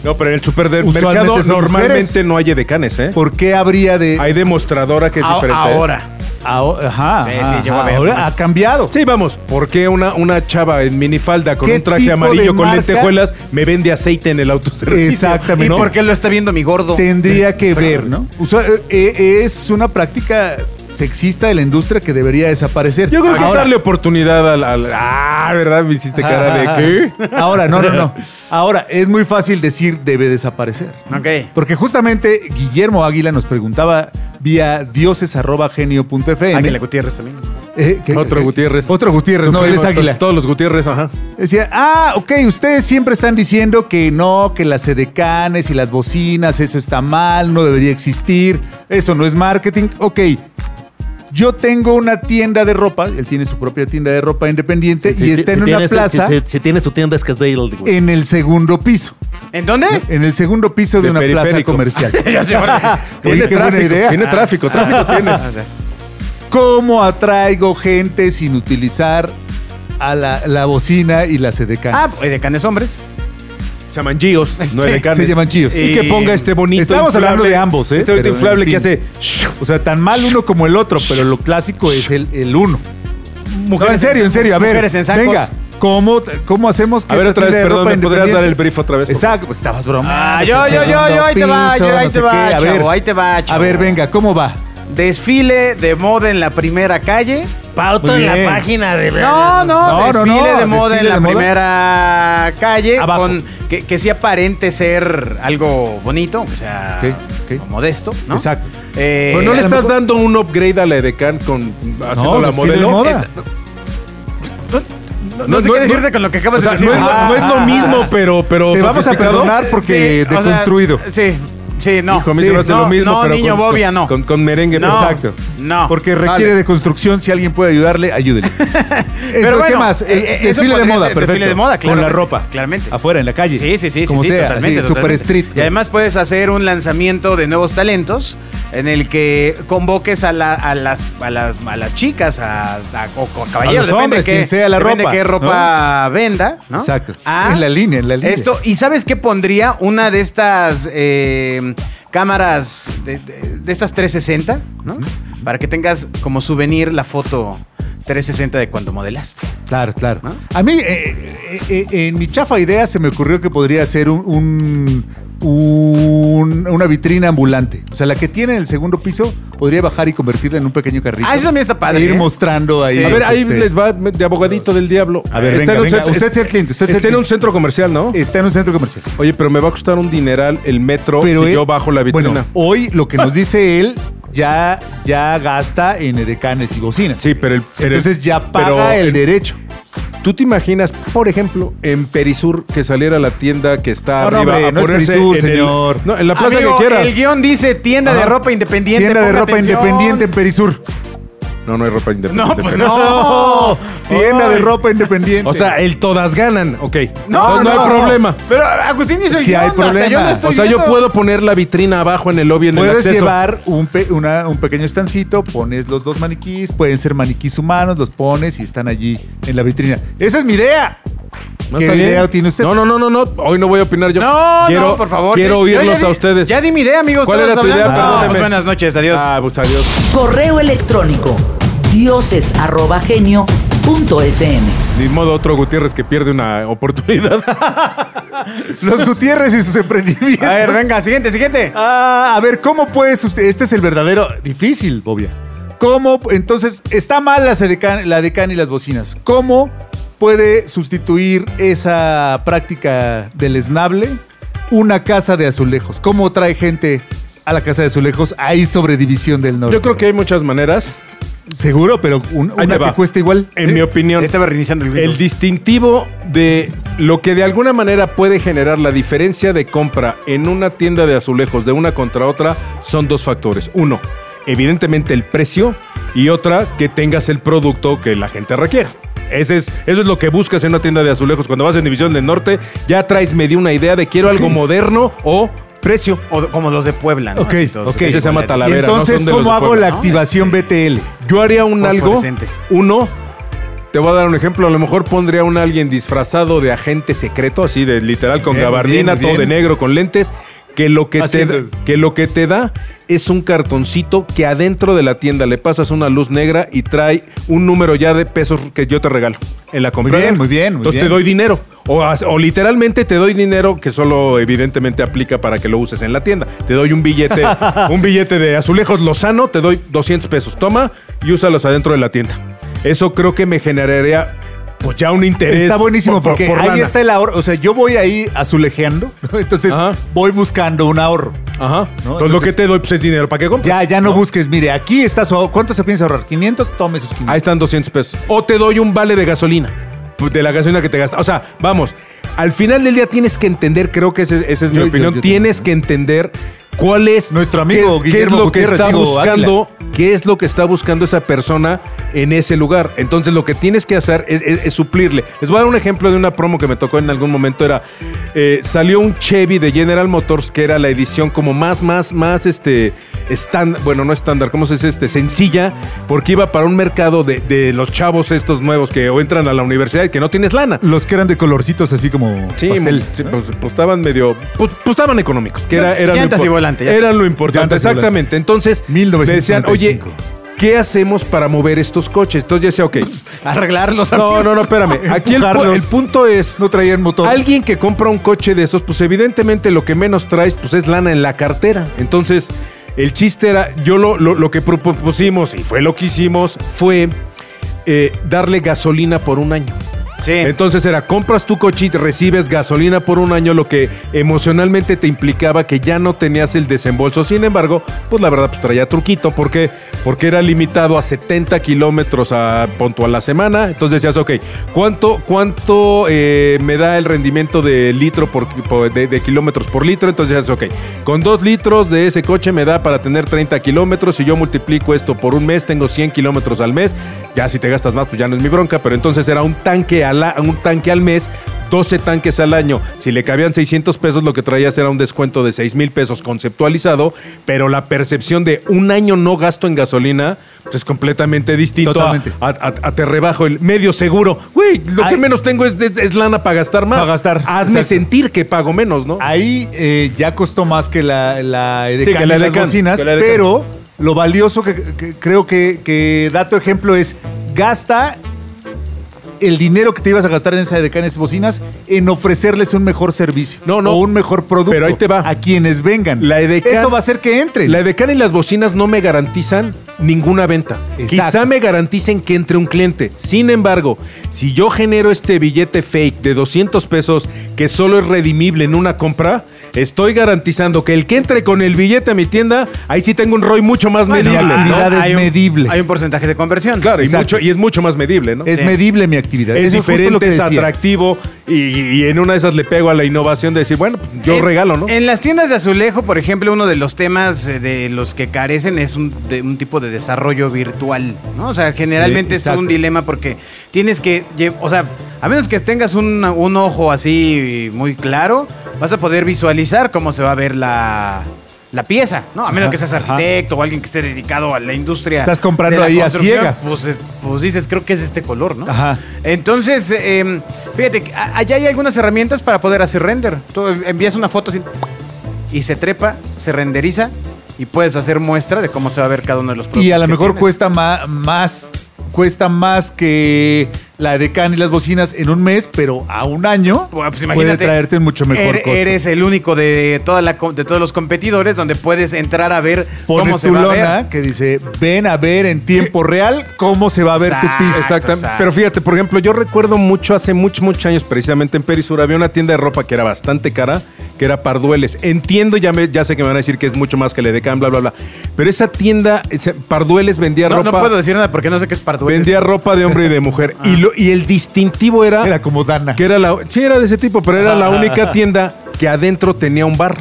Speaker 4: No, pero en el
Speaker 5: Usualmente
Speaker 4: supermercado
Speaker 5: son
Speaker 4: normalmente
Speaker 5: mujeres.
Speaker 4: no hay edecanes, ¿eh?
Speaker 5: ¿por qué habría de. Ah,
Speaker 4: Hay demostradora que es
Speaker 3: A-
Speaker 4: diferente. ¿eh?
Speaker 3: Ah, ahora.
Speaker 5: Aho- ajá.
Speaker 3: Sí, sí,
Speaker 5: ajá,
Speaker 3: llegó a ver, no
Speaker 5: Ahora ha
Speaker 3: manches.
Speaker 5: cambiado.
Speaker 4: Sí, vamos. ¿Por qué una, una chava en minifalda con
Speaker 5: ¿Qué
Speaker 4: un traje
Speaker 5: tipo de
Speaker 4: amarillo con
Speaker 5: marca?
Speaker 4: lentejuelas me vende aceite en el autoservicio?
Speaker 5: Exactamente.
Speaker 3: ¿Y
Speaker 5: ¿no?
Speaker 3: por qué lo está viendo mi gordo?
Speaker 5: Tendría que
Speaker 3: Exacto.
Speaker 5: ver, ¿no? O sea, eh, eh, es una práctica sexista de la industria que debería desaparecer.
Speaker 4: Yo creo que
Speaker 5: Ahora-
Speaker 4: darle oportunidad al, al- Ah, ¿verdad? Me hiciste cara de ¿eh? qué.
Speaker 5: Ahora, no, no, no. Ahora, es muy fácil decir debe desaparecer.
Speaker 3: Ok.
Speaker 5: Porque justamente Guillermo Águila nos preguntaba vía
Speaker 4: Ah,
Speaker 5: dioses.genio.fm.
Speaker 3: Ángela Gutiérrez también.
Speaker 5: Eh, que-
Speaker 4: Otro
Speaker 5: eh,
Speaker 4: Gutiérrez.
Speaker 5: Otro Gutiérrez,
Speaker 4: Tu
Speaker 5: no, él
Speaker 4: primo,
Speaker 5: es
Speaker 4: to-
Speaker 5: Águila.
Speaker 4: Todos los Gutiérrez, ajá.
Speaker 5: Decía, ah, ok, ustedes siempre están diciendo que no, que las edecanes y las bocinas, eso está mal, no debería existir, eso no es marketing. Ok, yo tengo una tienda de ropa, él tiene su propia tienda de ropa independiente y está en una
Speaker 6: tienes-
Speaker 5: plaza
Speaker 6: Si, si- si tienes tu tienda es que es de él, güey.
Speaker 5: en el segundo piso.
Speaker 3: ¿En dónde?
Speaker 5: En el segundo piso de,
Speaker 4: De
Speaker 5: una plaza
Speaker 4: periférico.
Speaker 5: comercial.
Speaker 3: Yo sé, bueno,
Speaker 5: Oye,
Speaker 4: Tiene
Speaker 5: qué buena
Speaker 4: tráfico,
Speaker 5: idea. Ah.
Speaker 4: Tiene tráfico, tráfico tiene.
Speaker 5: ¿Cómo atraigo gente sin utilizar a la, la bocina y las edecanes?
Speaker 3: Ah, de canes hombres.
Speaker 4: Se llaman Gios, no
Speaker 3: Sí,
Speaker 4: edecanes.
Speaker 5: se llaman Gios.
Speaker 4: Y que ponga este bonito
Speaker 5: Estamos hablando de ambos, ¿eh?
Speaker 4: Este bonito
Speaker 5: Pero, en
Speaker 4: inflable
Speaker 5: fin.
Speaker 4: que hace...
Speaker 5: O sea, tan mal uno como el otro, pero lo clásico es el, el uno. No, en serio, en serio, a ver.
Speaker 3: Mujeres en sacos.
Speaker 5: Venga, ¿cómo, cómo hacemos que
Speaker 4: A ver,
Speaker 5: esta
Speaker 4: otra vez,
Speaker 5: tienda de
Speaker 4: perdón,
Speaker 5: ropa
Speaker 4: ¿me podrías dar el
Speaker 5: independiente-
Speaker 4: brief otra vez? por
Speaker 5: Exacto, pues, estabas bromando.
Speaker 3: Ah, yo,
Speaker 5: pues,
Speaker 3: yo, yo, yo, ahí te va,
Speaker 5: segundo
Speaker 3: yo, ahí
Speaker 5: piso,
Speaker 3: te
Speaker 5: no sé
Speaker 3: va,
Speaker 5: qué. A ver,
Speaker 3: chavo, ahí te va, chavo.
Speaker 5: A ver, venga, ¿cómo va?
Speaker 3: Desfile de moda en la primera calle.
Speaker 5: Muy
Speaker 6: Pauta
Speaker 5: bien.
Speaker 6: página de...
Speaker 3: No, no,
Speaker 5: No, no,
Speaker 3: desfile
Speaker 5: no,
Speaker 3: de moda en
Speaker 5: desfile
Speaker 3: la
Speaker 5: de moda.
Speaker 3: primera calle.
Speaker 5: Abajo.
Speaker 3: Con, que, que sí aparente ser algo bonito, o sea,
Speaker 5: Ok, ok.
Speaker 3: o modesto, ¿no?
Speaker 5: Exacto.
Speaker 3: Eh,
Speaker 4: Pues no le
Speaker 5: a lo
Speaker 4: estás
Speaker 5: mejor-
Speaker 4: dando un upgrade a la Edecan con haciendo
Speaker 5: Ah, No,
Speaker 4: la
Speaker 5: desfile de
Speaker 4: modelo. Eh,
Speaker 5: moda.
Speaker 3: no, sé qué decirte con lo que acabas
Speaker 4: o sea,
Speaker 3: de decir.
Speaker 4: No es,
Speaker 3: Ah,
Speaker 4: lo- no es lo
Speaker 3: ah,
Speaker 4: mismo, pero. pero
Speaker 5: Te vamos a
Speaker 4: sofisticado.
Speaker 5: perdonar porque
Speaker 3: sí, o sea,
Speaker 5: deconstruido.
Speaker 3: sí, sí, no.
Speaker 4: Hijo, a mí se
Speaker 3: Sí,
Speaker 4: me hace
Speaker 3: no,
Speaker 4: lo mismo,
Speaker 3: no,
Speaker 4: pero
Speaker 3: niño
Speaker 4: con-
Speaker 3: Bobia, no.
Speaker 4: Con, con merengue, pues.
Speaker 3: No.
Speaker 4: pesado.
Speaker 5: Exacto.
Speaker 3: no,
Speaker 5: Porque requiere
Speaker 3: Ah, sale.
Speaker 5: de construcción. Si alguien puede ayudarle, ayúdele. Pero ¿qué
Speaker 3: bueno,
Speaker 5: más? El
Speaker 3: eh, eso
Speaker 5: desfile de
Speaker 3: podría
Speaker 5: moda,
Speaker 3: ser
Speaker 5: perfecto.
Speaker 3: desfile de moda,
Speaker 5: Con la
Speaker 3: claramente,
Speaker 5: ropa.
Speaker 3: claramente.
Speaker 5: Afuera, en la calle.
Speaker 3: Sí, sí, sí,
Speaker 5: Como
Speaker 3: sí, sí,
Speaker 5: sea,
Speaker 3: totalmente,
Speaker 5: así, super
Speaker 3: totalmente.
Speaker 5: street.
Speaker 3: Y además puedes hacer un lanzamiento de nuevos talentos en el que convoques a, la- a las, a, las, a las chicas, a, a- o con caballeros,
Speaker 5: los hombres,
Speaker 3: qué-
Speaker 5: quien sea la
Speaker 3: depende
Speaker 5: ropa,
Speaker 3: qué ropa venda, ¿no? Ah.
Speaker 5: Exacto.
Speaker 3: A
Speaker 5: En la línea, en la línea.
Speaker 3: Esto, ¿y sabes qué pondría una de estas eh, cámaras, de, de- de estas 360, ¿no? Para que tengas como souvenir la foto 360 de cuando modelaste.
Speaker 5: Claro, claro. A mí, eh, eh, eh, en mi chafa idea, se me ocurrió que podría ser un, un- un- una vitrina ambulante. O sea, la que tiene en el segundo piso, podría bajar y convertirla en un pequeño carrito.
Speaker 3: Ah, eso también está padre,
Speaker 5: E ir
Speaker 3: ¿eh?
Speaker 5: mostrando ahí.
Speaker 3: Sí.
Speaker 4: A ver, ahí
Speaker 5: este,
Speaker 4: les va de abogadito del diablo.
Speaker 5: A ver, venga,
Speaker 4: en un
Speaker 5: venga.
Speaker 4: centro-
Speaker 5: Usted es el cliente, usted es el
Speaker 4: está en un
Speaker 5: cliente. Eh,
Speaker 4: centro comercial, ¿no?
Speaker 5: Está en un centro comercial.
Speaker 4: Oye, pero me va a costar un dineral el metro
Speaker 5: Pero
Speaker 4: si
Speaker 5: él-
Speaker 4: yo bajo la vitrina.
Speaker 5: Bueno, hoy lo que nos dice él ya, ya gasta en edecanes y bocinas.
Speaker 4: sí, pero el. pero el-
Speaker 5: Entonces ya paga
Speaker 4: pero
Speaker 5: el
Speaker 4: en-
Speaker 5: derecho.
Speaker 4: ¿Tú te imaginas, por ejemplo, en Perisur que saliera la tienda que está
Speaker 5: No, no,
Speaker 4: arriba
Speaker 5: hombre,
Speaker 4: a
Speaker 5: no es
Speaker 4: ponerse
Speaker 5: Perisur,
Speaker 4: en el-
Speaker 5: señor.
Speaker 4: no, en la plaza
Speaker 3: Amigo,
Speaker 4: que quieras.
Speaker 3: El guión dice tienda de
Speaker 5: Ajá.
Speaker 3: ropa independiente.
Speaker 5: Tienda de
Speaker 3: ponga
Speaker 5: ropa
Speaker 3: atención.
Speaker 5: independiente en Perisur.
Speaker 4: No, no hay ropa independiente.
Speaker 3: No, pues
Speaker 4: pero-
Speaker 3: No.
Speaker 5: Tienda de
Speaker 4: Ay.
Speaker 5: ropa independiente.
Speaker 4: O sea, el todas ganan, ok.
Speaker 5: No,
Speaker 4: No, no,
Speaker 5: no,
Speaker 4: hay
Speaker 5: no.
Speaker 4: problema.
Speaker 3: Ah. Pero Agustín hizo el
Speaker 5: Sí
Speaker 3: guión.
Speaker 5: hay
Speaker 3: hasta
Speaker 5: problema.
Speaker 3: yo no estoy
Speaker 4: O sea, yo
Speaker 3: viendo.
Speaker 4: puedo poner la vitrina abajo en el lobby, en el
Speaker 5: Puedes
Speaker 4: acceso.
Speaker 5: llevar un, pe- una- un pequeño estancito, pones los dos maniquís, pueden ser maniquís humanos, los pones y están allí en la vitrina. Esa es mi idea.
Speaker 4: No,
Speaker 5: ¿Qué
Speaker 4: está bien.
Speaker 5: idea tiene usted?
Speaker 4: No, no, no, no, no. Hoy no voy a opinar yo.
Speaker 3: No,
Speaker 4: Quiero-
Speaker 3: no, por favor.
Speaker 4: Quiero
Speaker 3: Yo ya
Speaker 4: oírlos
Speaker 3: di-
Speaker 4: a ustedes.
Speaker 3: Ya di mi idea, amigos.
Speaker 4: ¿Cuál
Speaker 3: todos
Speaker 4: era tu idea?
Speaker 3: hablando.
Speaker 4: Perdóneme.
Speaker 3: No, pues buenas noches, adiós.
Speaker 4: Ah, pues adiós.
Speaker 2: Correo electrónico dioses.genio.fm.
Speaker 4: Ni modo otro Gutiérrez que pierde una oportunidad.
Speaker 5: Los Gutiérrez y sus emprendimientos.
Speaker 3: a ver, venga, siguiente, siguiente.
Speaker 5: Ah, a ver, ¿cómo puedes usted? Este es el verdadero difícil, Bobia. ¿Cómo? Entonces, está mal las edecan- la decana y las bocinas. ¿Cómo puede sustituir esa práctica del esnable una casa de azulejos? ¿Cómo trae gente a la casa de azulejos ahí sobre División del Norte?
Speaker 4: Yo creo que hay muchas maneras.
Speaker 5: Seguro, pero un-
Speaker 4: Ahí
Speaker 5: una
Speaker 4: te va.
Speaker 5: que cuesta igual.
Speaker 4: En
Speaker 3: Eh,
Speaker 4: mi opinión,
Speaker 3: Estaba reiniciando el
Speaker 4: el
Speaker 3: Windows.
Speaker 4: distintivo de lo que de alguna manera puede generar la diferencia de compra en una tienda de azulejos de una contra otra son dos factores. Uno, evidentemente el precio y otra, que tengas el producto que la gente requiera. Ese es, eso es lo que buscas en una tienda de azulejos. Cuando vas en División del Norte, ya traes medio una idea de quiero algo moderno o precio.
Speaker 3: O como los de Puebla, ¿no?
Speaker 5: Ok,
Speaker 3: Así todos
Speaker 5: ok.
Speaker 3: de
Speaker 4: Ese se llama
Speaker 5: Y
Speaker 4: Talavera.
Speaker 5: entonces,
Speaker 4: no son de los
Speaker 5: ¿cómo
Speaker 4: de
Speaker 5: hago
Speaker 4: Puebla,
Speaker 5: la
Speaker 4: ¿no?
Speaker 5: activación BTL?
Speaker 4: Yo haría un algo.
Speaker 3: Fosforescentes.
Speaker 4: Uno, te voy a dar un ejemplo. A lo mejor pondría un alguien disfrazado de agente secreto, así de literal, con
Speaker 5: Bien,
Speaker 4: gabardina,
Speaker 5: bien, bien.
Speaker 4: todo de negro, con lentes. Que lo que, te,
Speaker 5: Haciendo-
Speaker 4: que lo que te da es un cartoncito que adentro de la tienda le pasas una luz negra y trae un número ya de pesos que yo te regalo en la compra.
Speaker 5: bien, muy bien, muy
Speaker 4: Entonces
Speaker 5: bien.
Speaker 4: te doy dinero. O, as- o literalmente te doy dinero que solo evidentemente aplica para que lo uses en la tienda. Te doy un billete, un billete de azulejos Lozano, te doy 200 pesos. Toma y úsalos adentro de la tienda. Eso creo que me generaría pues ya un interés.
Speaker 5: Está buenísimo
Speaker 4: por-
Speaker 5: porque
Speaker 4: por
Speaker 5: ahí
Speaker 4: lana.
Speaker 5: está el ahorro. O sea, yo voy ahí azulejeando, ¿no? entonces
Speaker 4: Ajá.
Speaker 5: voy buscando un ahorro.
Speaker 4: Ajá. Entonces, lo
Speaker 5: Entonces-
Speaker 4: que te doy pues, es dinero para que compres.
Speaker 5: Ya, ya no, busques. Mire, aquí está su ahorro. ¿Cuánto se piensa ahorrar? ¿500? Tome sus 500.
Speaker 4: Ahí están 200 pesos. O te doy un vale de gasolina. De la gasolina que te gastas. O sea, vamos. Al final del día tienes que entender, creo que ese- esa es mi
Speaker 5: Yo- yo-
Speaker 4: opinión,
Speaker 5: yo
Speaker 4: tienes
Speaker 5: también.
Speaker 4: que entender cuál es...
Speaker 5: Nuestro amigo
Speaker 4: qué, es- qué es
Speaker 5: Guillermo
Speaker 4: lo
Speaker 5: Gutiérrez,
Speaker 4: que está
Speaker 5: digo,
Speaker 4: buscando, qué es lo que está buscando esa persona en ese lugar. Entonces lo que tienes que hacer es, es- es suplirle. Les voy a dar un ejemplo de una promo que me tocó en algún momento. Era, eh, salió un Chevy de General Motors que era la edición como más, más, más, este, estándar, bueno, no estándar, ¿cómo se dice? Este, sencilla, porque iba para un mercado de, de los chavos estos nuevos que o entran a la universidad y que no tienes lana.
Speaker 5: Los que eran de colorcitos así como
Speaker 4: Sí,
Speaker 5: pastel.
Speaker 4: sí, pues, pues, estaban medio. Pues, pues, estaban económicos, que era, era,
Speaker 3: Llantas
Speaker 4: lo,
Speaker 3: y volante, ya.
Speaker 4: era lo importante.
Speaker 5: Llantas y volante.
Speaker 4: Exactamente. Entonces, me decían, oye,
Speaker 5: 1975.
Speaker 4: ¿qué hacemos para mover estos cocoches? Entonces yo decía, ok.
Speaker 3: Arreglarlos.
Speaker 4: No, no, no, espérame. Aquí el, pu-
Speaker 5: Pues, Empujarlos.
Speaker 4: el punto es.
Speaker 5: No traían motor.
Speaker 4: Alguien que compra un coche de estos, pues evidentemente lo que menos traes, pues es lana en la cartera. Entonces, el chiste era, yo lo, lo- lo que propusimos, y fue lo que hicimos, fue eh, darle gasolina por un año.
Speaker 3: Sí.
Speaker 4: Entonces era, compras tu coche y te recibes gasolina por un año, lo que emocionalmente te implicaba que ya no tenías el desembolso. Sin embargo, pues la verdad, pues traía truquito, porque Porque era limitado a 70 kilómetros a punto a la semana. Entonces decías, ok, ¿cuánto, cuánto eh, me da el rendimiento de litro por, ki- por- de, de kilómetros por litro? Entonces decías, ok, con 2 litros de ese coche me da para tener 30 kilómetros. Si yo multiplico esto por un mes, tengo 100 kilómetros al mes. Ya si te gastas más, pues ya no es mi bronca. Pero entonces era un tanque, a la- un tanque al mes, 12 tanques al año. Si le cabían 600 pesos, lo que traías era un descuento de 6 mil pesos conceptualizado. Pero la percepción de un año no gasto en gasolina pues es completamente distinto. a-
Speaker 5: Totalmente.
Speaker 4: A, a- a te rebajo el medio seguro. Güey, lo
Speaker 5: Ay.
Speaker 4: que menos tengo es, es- es lana para gastar más.
Speaker 5: Para gastar,
Speaker 4: Hazme
Speaker 5: exacto.
Speaker 4: sentir que pago menos, ¿no?
Speaker 5: Ahí eh, ya costó más que la, la Edecán
Speaker 4: Sí, que
Speaker 5: y
Speaker 4: la
Speaker 5: las
Speaker 4: Edecán,
Speaker 5: bocinas,
Speaker 4: que la Edecán.
Speaker 5: pero lo valioso que, que- creo que, que da tu ejemplo es gasta el dinero que te ibas a gastar en esa Edecán y esas bocinas en ofrecerles un mejor servicio
Speaker 4: No, no.
Speaker 5: o un mejor producto
Speaker 4: Pero ahí te va.
Speaker 5: a quienes vengan.
Speaker 4: La Edecán-
Speaker 5: Eso va a hacer que entren.
Speaker 4: La edecán y las bocinas no me garantizan ninguna venta.
Speaker 5: Exacto.
Speaker 4: Quizá me garanticen que entre un cliente. Sin embargo, si yo genero este billete fake de 200 pesos que solo es redimible en una compra, estoy garantizando que el que entre con el billete a mi tienda, ahí sí tengo un ROI mucho más
Speaker 5: Bueno,
Speaker 4: medible.
Speaker 5: ah,
Speaker 4: ¿no?
Speaker 5: actividad es
Speaker 3: Hay un-
Speaker 5: medible.
Speaker 3: Hay un porcentaje de conversión.
Speaker 4: Claro, y,
Speaker 5: exacto.
Speaker 4: mucho, y es mucho más medible, ¿no?
Speaker 5: es
Speaker 3: Sí.
Speaker 5: medible mi actividad.
Speaker 4: es
Speaker 5: Eso justo
Speaker 4: diferente,
Speaker 5: lo que
Speaker 4: es
Speaker 5: decía.
Speaker 4: atractivo y, y en una de esas le pego a la innovación de decir, bueno, pues, yo
Speaker 5: Eh,
Speaker 3: En-
Speaker 4: regalo, ¿no?
Speaker 3: Eh, En las tiendas de azulejo, por ejemplo, uno de los temas eh, de los que carecen es un, de un tipo de desarrollo virtual, ¿no? O sea, generalmente
Speaker 5: Sí,
Speaker 3: es todo un
Speaker 5: exacto.
Speaker 3: dilema porque tienes que, lle- o sea, a menos que tengas un, un ojo así muy claro, vas a poder visualizar cómo se va a ver la... la pieza, ¿no? A menos
Speaker 5: Ajá,
Speaker 3: que seas
Speaker 5: ajá.
Speaker 3: arquitecto o alguien que esté dedicado a la industria.
Speaker 5: Estás comprando
Speaker 3: de la
Speaker 5: ahí a
Speaker 3: construcción,
Speaker 5: ciegas.
Speaker 3: Pues, es- pues dices, creo que es este color, ¿no?
Speaker 5: Ajá.
Speaker 3: Entonces, eh, fíjate, que a- allá hay algunas herramientas para poder hacer render. Tú envías una foto así, y se trepa, se renderiza y puedes hacer muestra de cómo se va a ver cada uno de los productos.
Speaker 5: Y a lo
Speaker 3: que
Speaker 5: mejor
Speaker 3: tienes.
Speaker 5: cuesta ma- más, cuesta más que la Edecán y las bocinas en un mes, pero a un año
Speaker 3: Bueno, pues
Speaker 5: puede
Speaker 3: imagínate,
Speaker 5: traerte un mucho mejor
Speaker 3: er-
Speaker 5: costo.
Speaker 3: Eres el único de, toda la, co- de todos los competidores donde puedes entrar a ver cómo
Speaker 5: Pones
Speaker 3: se
Speaker 5: tu
Speaker 3: va a
Speaker 5: lona
Speaker 3: ver.
Speaker 5: que dice, ven a ver en tiempo real cómo se va a ver tu
Speaker 3: Exacto.
Speaker 5: piso.
Speaker 4: Exactamente.
Speaker 3: exacto.
Speaker 4: Pero fíjate, por ejemplo, yo recuerdo mucho, hace muchos, muchos años, precisamente en Perisur, había una tienda de ropa que era bastante cara, que era Pardueles. Entiendo, ya, me- ya sé que me van a decir que es mucho más que le decan, bla, bla, bla. Pero esa tienda, ese- Pardueles vendía
Speaker 3: No,
Speaker 4: ropa.
Speaker 3: no puedo decir nada porque no sé qué es pardueles. Ah.
Speaker 4: Vendía ropa de hombre y de mujer. y, lo- y el distintivo era.
Speaker 5: Era como Dana.
Speaker 4: Que era la, sí, era de ese tipo, pero era la única tienda que adentro tenía un bar.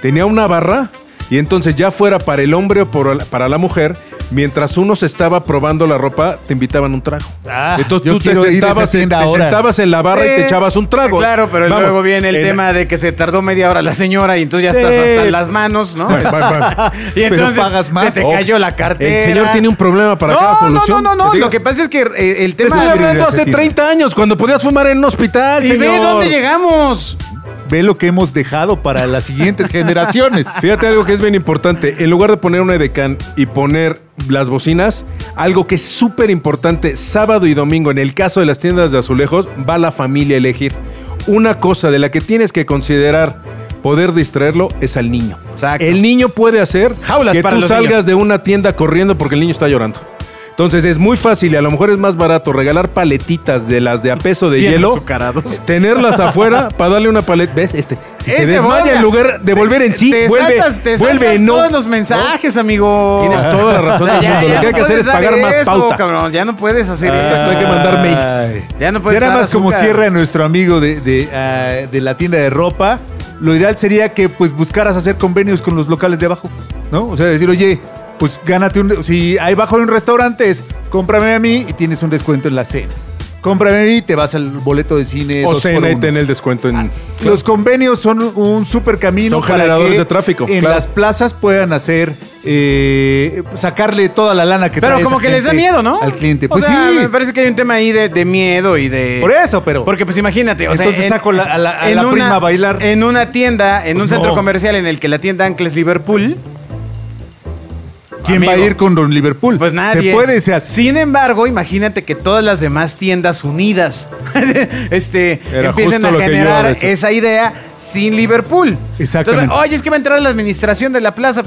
Speaker 4: Tenía una barra y entonces ya fuera para el hombre o por- para la mujer, mientras uno se estaba probando la ropa, te invitaban un trago.
Speaker 5: Ah,
Speaker 4: Entonces
Speaker 5: yo
Speaker 4: tú te
Speaker 5: quiero ir a esa
Speaker 4: sentabas, te
Speaker 5: tienda ahora.
Speaker 4: sentabas en la barra y te
Speaker 3: Sí.
Speaker 4: echabas un trago.
Speaker 3: Claro, pero
Speaker 4: Vamos.
Speaker 3: luego viene el
Speaker 4: En-
Speaker 3: tema de que se tardó media hora la señora y entonces ya estás
Speaker 5: Sí.
Speaker 3: hasta en las manos, ¿no?
Speaker 4: Bueno, bueno, bueno.
Speaker 3: y
Speaker 5: Pero
Speaker 3: entonces
Speaker 5: pagas más.
Speaker 3: se te cayó la cartera.
Speaker 4: El señor tiene un problema para
Speaker 3: no,
Speaker 4: cada
Speaker 3: No,
Speaker 4: solución.
Speaker 3: no, no, no.
Speaker 4: Que
Speaker 3: Lo
Speaker 4: digas,
Speaker 3: que pasa es que eh, el
Speaker 4: Te
Speaker 3: tema...
Speaker 4: estoy hablando hace
Speaker 5: tipo.
Speaker 4: 30 años, cuando podías fumar en un hospital,
Speaker 3: Y ve
Speaker 4: señor.
Speaker 3: dónde llegamos.
Speaker 5: Ve lo que hemos dejado para las siguientes generaciones.
Speaker 4: Fíjate algo que es bien importante. En lugar de poner un edecán y poner las bocinas, algo que es súper importante sábado y domingo, en el caso de las tiendas de azulejos, va la familia a elegir. Una cosa de la que tienes que considerar poder distraerlo es al niño.
Speaker 3: Exacto.
Speaker 4: El niño puede hacer
Speaker 3: Jaulas
Speaker 4: que
Speaker 3: para
Speaker 4: tú
Speaker 3: los
Speaker 4: salgas
Speaker 3: niños.
Speaker 4: de una tienda corriendo porque el niño está llorando. Entonces es muy fácil y a lo mejor es más barato regalar paletitas de las de a peso de
Speaker 3: Bien
Speaker 4: hielo,
Speaker 3: azucarados.
Speaker 4: tenerlas afuera para darle una paleta. ¿Ves? Este, si se
Speaker 3: Ese
Speaker 4: desmaya
Speaker 3: Volga.
Speaker 4: en lugar de volver en sí,
Speaker 3: Te
Speaker 4: vuelve,
Speaker 3: saltas, te
Speaker 4: vuelve
Speaker 3: saltas
Speaker 4: no.
Speaker 3: todos los mensajes, amigo.
Speaker 4: Tienes toda la razón
Speaker 3: O sea,
Speaker 4: del
Speaker 3: ya-
Speaker 4: mundo.
Speaker 3: ya
Speaker 4: Lo que hay
Speaker 3: no
Speaker 4: que hacer es
Speaker 3: puedes
Speaker 4: pagar más
Speaker 3: eso,
Speaker 4: pauta.
Speaker 3: cabrón. Ya no puedes hacer
Speaker 4: Exacto, hay que
Speaker 3: eso.
Speaker 4: mandar mails.
Speaker 5: Ay.
Speaker 3: Ya no puedes
Speaker 5: nada
Speaker 3: dar
Speaker 5: más como
Speaker 3: azúcar.
Speaker 5: cierra nuestro amigo de, de, ah, de la tienda de ropa, lo ideal sería que pues buscaras hacer convenios con los locales de abajo, ¿no? O sea, decir, oye, pues gánate un... Si hay bajo de un restaurante es, cómprame a mí y tienes un descuento en la cena. Cómprame a mí y te vas al boleto de cine.
Speaker 4: O
Speaker 5: dos por
Speaker 4: cena y
Speaker 5: uno.
Speaker 4: ten el descuento en. Claro.
Speaker 5: Los convenios son un super camino
Speaker 4: Son generadores
Speaker 5: que
Speaker 4: de tráfico,
Speaker 5: En
Speaker 4: claro.
Speaker 5: las plazas puedan hacer eh, sacarle toda la lana que
Speaker 3: Pero
Speaker 5: trae
Speaker 3: como
Speaker 5: esa
Speaker 3: que les da
Speaker 5: gente
Speaker 3: miedo, ¿no?
Speaker 5: Al cliente.
Speaker 3: O
Speaker 5: Pues
Speaker 3: sea,
Speaker 5: sí.
Speaker 3: me parece que hay un tema ahí de, de miedo y de...
Speaker 5: Por eso, pero-
Speaker 3: Porque pues imagínate, o sea...
Speaker 5: Entonces saco la- a la- a
Speaker 3: en
Speaker 5: la prima a bailar. Pues
Speaker 3: En una tienda, en un
Speaker 5: no.
Speaker 3: centro comercial en el que la tienda Ancla es Liverpool,
Speaker 5: ¿Quién va a
Speaker 3: Amigo.
Speaker 5: ir con Don Liverpool?
Speaker 3: pues nadie...
Speaker 5: Se puede, se hace.
Speaker 3: Sin embargo, imagínate que todas las demás tiendas unidas este,
Speaker 4: Era
Speaker 3: empiecen
Speaker 4: justo
Speaker 3: a
Speaker 4: lo que yo iba a
Speaker 3: generar
Speaker 4: decir.
Speaker 3: esa idea sin Liverpool.
Speaker 5: Exactamente.
Speaker 3: Entonces, Oye, es que va a entrar la administración de la plaza.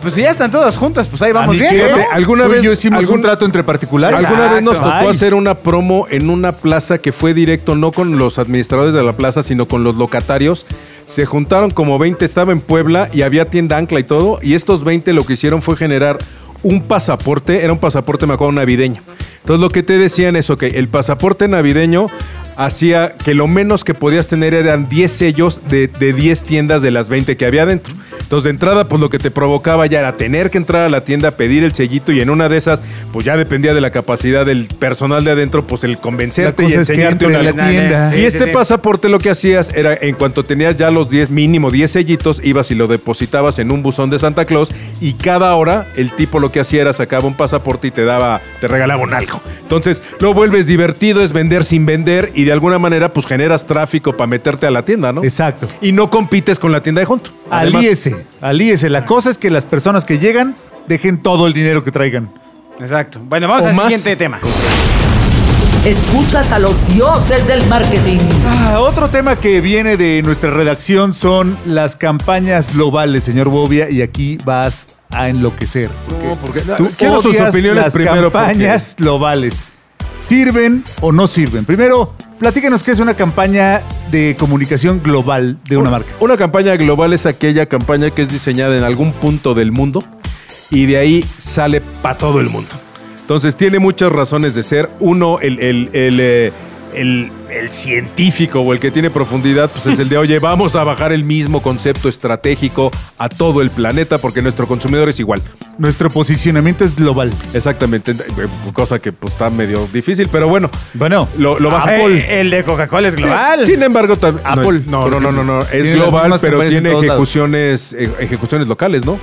Speaker 3: Pues si ya están todas juntas, pues ahí vamos
Speaker 5: ¿A mí
Speaker 3: bien,
Speaker 5: qué?
Speaker 3: ¿no?
Speaker 4: Fíjate, alguna
Speaker 5: Tú y
Speaker 4: vez-
Speaker 5: yo hicimos
Speaker 4: algún-
Speaker 5: un trato entre particulares.
Speaker 4: Alguna vez nos tocó
Speaker 5: Ay.
Speaker 4: hacer una promo en una plaza que fue directo, no con los administradores de la plaza, sino con los locatarios. Se juntaron como 20, estaba en Puebla y había tienda ancla y todo. Y estos 20 lo que hicieron fue generar un pasaporte, era un pasaporte, me acuerdo, navideño. Entonces lo que te decían es, ok, el pasaporte navideño hacía que lo menos que podías tener eran 10 sellos de, de 10 tiendas de las 20 que había adentro. Entonces de entrada, pues lo que te provocaba ya era tener que entrar a la tienda, pedir el sellito y en una de esas, pues ya dependía de la capacidad del personal de adentro, pues el convencerte
Speaker 5: La
Speaker 4: y
Speaker 5: cosa es que
Speaker 4: enseñarte
Speaker 5: entre
Speaker 4: una
Speaker 5: la
Speaker 4: letra.
Speaker 5: tienda.
Speaker 4: Y este pasaporte lo que hacías era, en cuanto tenías ya los 10, mínimo 10 sellitos, ibas y lo depositabas en un buzón de Santa Claus y cada hora el tipo lo que hacía era sacaba un pasaporte y te daba, te regalaba un algo. Entonces lo vuelves divertido, es vender sin vender y de alguna manera pues generas tráfico para meterte a la tienda, ¿no?
Speaker 5: Exacto.
Speaker 4: Y no compites con la tienda de junto. Además,
Speaker 5: Alíese, alíese. La cosa es que las personas que llegan dejen todo el dinero que traigan.
Speaker 3: Exacto. Bueno, vamos
Speaker 4: O
Speaker 3: al
Speaker 4: más.
Speaker 3: siguiente tema.
Speaker 2: Escuchas a los dioses del marketing.
Speaker 5: Ah, otro tema que viene de nuestra redacción son las campañas globales, señor Bobia, y aquí vas a enloquecer. porque tú
Speaker 4: quiero sus
Speaker 5: odias
Speaker 4: opiniones
Speaker 5: las
Speaker 4: primero, porque-
Speaker 5: campañas globales. ¿Sirven o no sirven? Primero, platíquenos qué es una campaña de comunicación global de una marca.
Speaker 4: Una campaña global es aquella campaña que es diseñada en algún punto del mundo y de ahí sale para todo el mundo. Entonces tiene muchas razones de ser. Uno, el, el- el, eh, el- el científico o el que tiene profundidad, pues es el de, oye, vamos a bajar el mismo concepto estratégico a todo el planeta porque nuestro consumidor es igual.
Speaker 5: Nuestro posicionamiento es global.
Speaker 4: Exactamente, eh, cosa que pues, está medio difícil, pero bueno.
Speaker 5: Bueno,
Speaker 4: lo, lo
Speaker 5: Ah,
Speaker 4: baja.
Speaker 5: pues,
Speaker 3: Eh, el de Coca-Cola es global.
Speaker 4: Sin embargo, tam-
Speaker 5: Apple.
Speaker 4: No, no, no, no, no.
Speaker 5: Tiene
Speaker 4: Es
Speaker 5: las
Speaker 4: global,
Speaker 5: mismas
Speaker 4: pero
Speaker 5: campañas en
Speaker 4: tiene
Speaker 5: todos lados.
Speaker 4: ejecuciones, eh, ejecuciones locales, ¿no?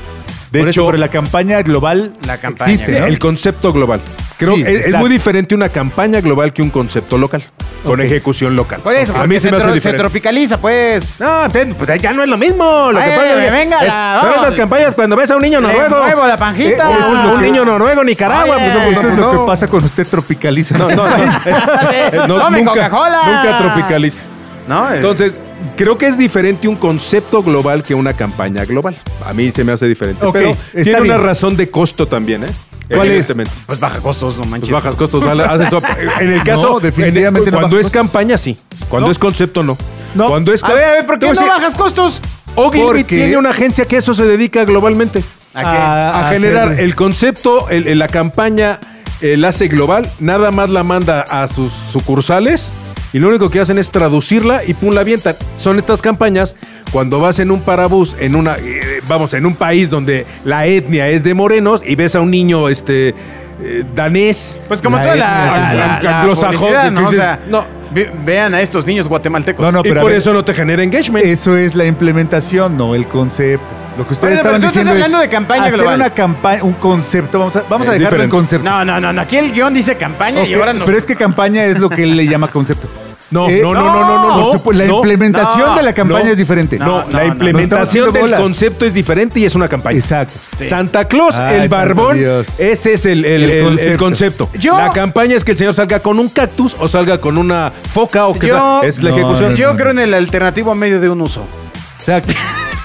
Speaker 4: De
Speaker 5: por eso,
Speaker 4: hecho,
Speaker 5: pero la campaña global
Speaker 3: La campaña.
Speaker 5: existe, ¿no?
Speaker 4: el concepto global. Creo
Speaker 5: Sí,
Speaker 4: que es- es,
Speaker 5: exacto.
Speaker 4: muy diferente una campaña global que un concepto local, con ejecución local.
Speaker 3: Por eso,
Speaker 4: a mí
Speaker 3: porque
Speaker 4: se me
Speaker 3: tro-
Speaker 4: hace
Speaker 3: se
Speaker 4: diferente.
Speaker 3: tropicaliza, pues.
Speaker 4: no, ten- pues ya no es lo mismo. Lo
Speaker 3: Ay,
Speaker 4: que pasa
Speaker 3: ay,
Speaker 4: es-
Speaker 3: venga,
Speaker 4: es-
Speaker 3: la-
Speaker 4: ¿sabes
Speaker 3: vamos.
Speaker 4: las campañas cuando ves a un niño
Speaker 3: Le
Speaker 4: noruego?
Speaker 3: muevo la panjita.
Speaker 4: Eh, o un, un niño noruego, Nicaragua.
Speaker 3: Oye.
Speaker 4: pues no, pues no,
Speaker 5: Eso es
Speaker 4: pues
Speaker 5: lo
Speaker 4: no.
Speaker 5: que pasa cuando usted tropicaliza.
Speaker 4: No, no, no. Eh, No,
Speaker 3: Tome
Speaker 4: nunca,
Speaker 3: Coca-Cola.
Speaker 4: Nunca tropicaliza.
Speaker 3: No, es-
Speaker 4: Entonces, creo que es diferente un concepto global que una campaña global. A mí se me hace diferente.
Speaker 5: Ok,
Speaker 4: pero
Speaker 5: está
Speaker 4: tiene una
Speaker 5: bien.
Speaker 4: razón de costo también, ¿eh?
Speaker 5: ¿Cuál es?
Speaker 4: Evidentemente.
Speaker 3: Pues baja costos, no manches.
Speaker 4: Pues bajas costos. vale, haces todo. En el caso,
Speaker 5: No, definitivamente
Speaker 4: en-
Speaker 5: no
Speaker 4: cuando
Speaker 5: baja
Speaker 4: es
Speaker 5: costos.
Speaker 4: campaña, sí. Cuando
Speaker 5: No.
Speaker 4: es concepto, no.
Speaker 5: No.
Speaker 4: Cuando es
Speaker 3: a ver, a ver, ¿por qué
Speaker 4: Te
Speaker 3: no
Speaker 4: voy a decir,
Speaker 3: bajas costos?
Speaker 4: Ogilvy
Speaker 5: Porque-
Speaker 4: tiene una agencia que eso se dedica globalmente.
Speaker 3: ¿A qué?
Speaker 4: a,
Speaker 5: a
Speaker 4: generar
Speaker 5: hacer-
Speaker 4: el concepto, el- el- la campaña, el hace global, nada más la manda a sus sucursales y lo único que hacen es traducirla y pum, la avientan. Son estas campañas cuando vas en un parabús, en una. eh, vamos, en un país donde la etnia es de morenos y ves a un niño este eh, danés.
Speaker 3: Pues como
Speaker 4: La
Speaker 3: toda
Speaker 4: etnia-
Speaker 3: la, la- la
Speaker 4: anglosajón,
Speaker 3: publicidad, ¿no?
Speaker 4: que
Speaker 3: O
Speaker 4: dices,
Speaker 3: sea,
Speaker 4: no.
Speaker 3: ve- vean a estos niños guatemaltecos.
Speaker 5: No, no,
Speaker 4: y
Speaker 5: pero a
Speaker 4: por
Speaker 5: ver.
Speaker 4: eso no te genera engagement.
Speaker 5: Eso es la implementación, no el concepto. Lo que ustedes
Speaker 3: Oye, pero
Speaker 5: estaban
Speaker 3: tú estás
Speaker 5: diciendo
Speaker 3: hablando
Speaker 5: es
Speaker 3: de campaña
Speaker 5: hacer
Speaker 3: global.
Speaker 5: una campaña, un concepto. Vamos a, vamos a
Speaker 4: Es
Speaker 5: dejarlo en
Speaker 4: diferente.
Speaker 5: concepto.
Speaker 3: No, no, no, no, Aquí el guión dice campaña y
Speaker 5: Ok,
Speaker 3: ahora nos...
Speaker 5: Pero es que campaña es lo que él le llama concepto.
Speaker 4: No,
Speaker 5: Eh,
Speaker 4: no, no, no, no, no,
Speaker 5: por
Speaker 4: no,
Speaker 5: supu- la
Speaker 4: no,
Speaker 5: implementación
Speaker 3: no,
Speaker 5: de la campaña
Speaker 4: no,
Speaker 5: es diferente.
Speaker 4: No,
Speaker 3: No, no, no,
Speaker 4: la
Speaker 3: no.
Speaker 5: Estamos
Speaker 4: implementación
Speaker 5: haciendo
Speaker 4: del
Speaker 5: bolas.
Speaker 4: concepto es diferente y es una campaña.
Speaker 5: Exacto.
Speaker 3: Sí.
Speaker 4: Santa Claus,
Speaker 5: Ay,
Speaker 4: el
Speaker 5: santo
Speaker 4: barbón,
Speaker 5: Dios.
Speaker 4: ese es el,
Speaker 5: El
Speaker 4: el- el- el concepto.
Speaker 5: concepto.
Speaker 3: Yo-
Speaker 4: la campaña es que el señor salga con un cactus o salga con una foca o que
Speaker 3: Yo-
Speaker 4: sea. Es la
Speaker 5: No,
Speaker 4: ejecución.
Speaker 5: no,
Speaker 3: Yo creo en el alternativo a medio de un uso.
Speaker 5: Exacto.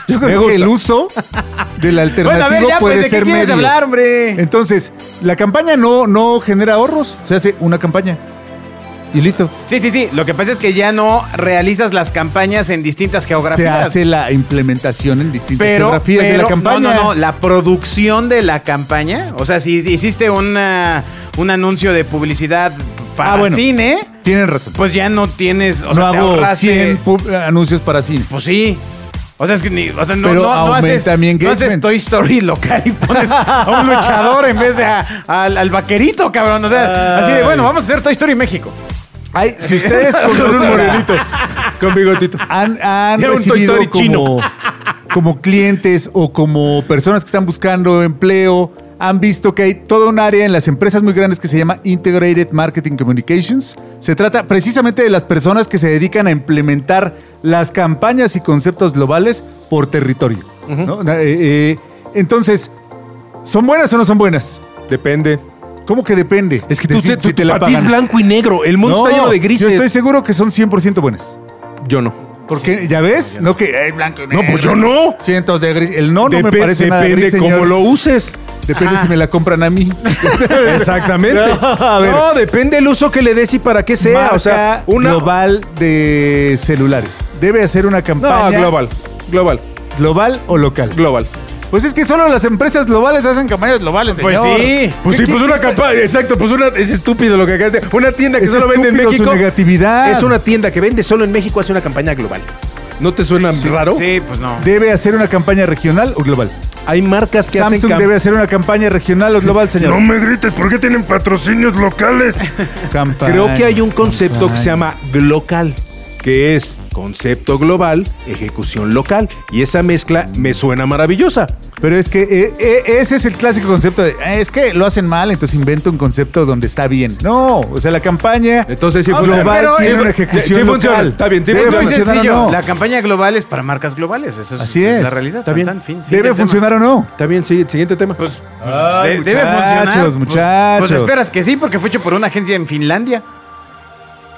Speaker 5: Yo
Speaker 4: Me
Speaker 5: creo
Speaker 4: gusta.
Speaker 5: que el uso del alternativo
Speaker 3: bueno, a ver, ya,
Speaker 5: puede
Speaker 3: pues, ¿de qué
Speaker 5: ser
Speaker 3: quieres
Speaker 5: medio.
Speaker 3: hablar, hombre?
Speaker 5: Entonces, la campaña no, no genera ahorros. Se hace una campaña. Y listo.
Speaker 3: Sí, sí, sí. Lo que pasa es que ya no realizas las campañas en distintas
Speaker 5: Se
Speaker 3: geografías.
Speaker 5: hace la implementación en distintas
Speaker 3: pero,
Speaker 5: geografías de la
Speaker 3: pero-
Speaker 5: campaña.
Speaker 3: No, no, no. La producción de la campaña. O sea, si hiciste una, un anuncio de publicidad para
Speaker 5: Ah, bueno.
Speaker 3: cine,
Speaker 5: Tienen razón.
Speaker 3: pues ya no tienes. O
Speaker 5: no
Speaker 3: sea, te
Speaker 5: hago
Speaker 3: ahorraste-
Speaker 5: 100 pub- anuncios para cine.
Speaker 3: Pues sí. O sea, es que ni, o sea, no, no,
Speaker 5: Pero
Speaker 3: no
Speaker 5: aumenta
Speaker 3: haces,
Speaker 5: mi
Speaker 3: no haces
Speaker 5: engagement.
Speaker 3: Toy Story local y pones a un luchador en vez de a- al, al vaquerito, cabrón. O sea, así de, bueno, vamos a hacer Toy Story México.
Speaker 5: Ay, si ustedes con un morelito, con bigotito, han, han
Speaker 4: Era un
Speaker 5: recibido
Speaker 4: Toy Story
Speaker 5: como, como clientes o como personas que están buscando empleo, han visto que hay toda un área en las empresas muy grandes que se llama Integrated Marketing Communications. Se trata precisamente de las personas que se dedican a implementar las campañas y conceptos globales por territorio. ¿no? Eh, eh, entonces, ¿son buenas o no son buenas?
Speaker 4: Depende.
Speaker 5: ¿Cómo que depende?
Speaker 4: Es que
Speaker 5: de
Speaker 4: tú,
Speaker 5: si-
Speaker 4: tú-
Speaker 5: si
Speaker 4: tú- para ti es
Speaker 5: pagan?
Speaker 4: blanco y negro. El mundo
Speaker 5: No,
Speaker 4: está lleno de grises.
Speaker 5: Yo estoy seguro que son 100% buenas.
Speaker 4: Yo no.
Speaker 5: Porque, ¿ya ves? No que hay blanco y
Speaker 4: No, pues
Speaker 5: negro.
Speaker 4: yo no.
Speaker 5: Cientos de gris. El no no me
Speaker 4: Depe-
Speaker 5: parece nada
Speaker 4: depende
Speaker 5: gris, señor.
Speaker 4: cómo lo uses.
Speaker 5: Depende si me la compran a mí.
Speaker 4: Exactamente.
Speaker 5: No, a ver.
Speaker 4: No, depende el uso que le des y para qué sea.
Speaker 5: Marca
Speaker 4: o sea, una.
Speaker 5: global de celulares. Debe hacer una
Speaker 4: No,
Speaker 5: campaña
Speaker 4: global. Global.
Speaker 5: global o local.
Speaker 4: Global.
Speaker 5: pues es que solo las empresas globales hacen campañas globales,
Speaker 3: Pues
Speaker 5: señor.
Speaker 3: sí.
Speaker 4: Pues sí,
Speaker 5: ¿Qué-
Speaker 4: pues
Speaker 5: qué-
Speaker 4: una
Speaker 5: qué está-
Speaker 4: campaña, exacto, pues una, es estúpido lo que acabas de Una tienda que
Speaker 5: Es
Speaker 4: solo vende en
Speaker 5: estúpido su
Speaker 4: México.
Speaker 5: negatividad.
Speaker 4: Es una tienda que vende solo en México, hace una campaña global. ¿No te suena raro?
Speaker 3: Sí, pues no.
Speaker 5: ¿Debe hacer una campaña regional o global?
Speaker 4: Hay marcas que hacen
Speaker 5: Samsung
Speaker 4: cam-
Speaker 5: debe hacer una campaña regional o global, señor.
Speaker 4: me grites, ¿por qué tienen patrocinios locales?
Speaker 5: Campaña,
Speaker 4: Creo que hay un concepto que
Speaker 5: campaña.
Speaker 4: se llama glocal, que es concepto global, ejecución local. Y esa mezcla me suena maravillosa.
Speaker 5: Pero es que eh, eh, ese es el clásico concepto de "Ah, es que lo hacen mal, entonces invento un concepto donde está bien. No, o sea, la campaña
Speaker 4: Entonces sí
Speaker 5: Ah,
Speaker 4: funciona.
Speaker 5: global
Speaker 3: Pero
Speaker 5: tiene
Speaker 3: es-
Speaker 5: una
Speaker 4: sí,
Speaker 5: ejecución
Speaker 4: sí funciona.
Speaker 5: local.
Speaker 4: Está bien, sí
Speaker 5: Debe
Speaker 3: Es muy
Speaker 4: funciona.
Speaker 5: funcionar
Speaker 3: sencillo.
Speaker 5: o no.
Speaker 3: La campaña global es para marcas globales. Eso es,
Speaker 5: Así es.
Speaker 3: la realidad.
Speaker 4: Está
Speaker 3: Tan,
Speaker 4: bien.
Speaker 3: tan, fin, fin
Speaker 5: Debe
Speaker 3: del tema.
Speaker 5: funcionar o no.
Speaker 4: Está bien, sí, siguiente tema.
Speaker 3: Pues, pues,
Speaker 5: Ay,
Speaker 3: de- debe
Speaker 5: muchachos,
Speaker 3: funcionar. Pues-
Speaker 5: muchachos.
Speaker 3: Pues, esperas que sí, porque fue hecho por una agencia en Finlandia.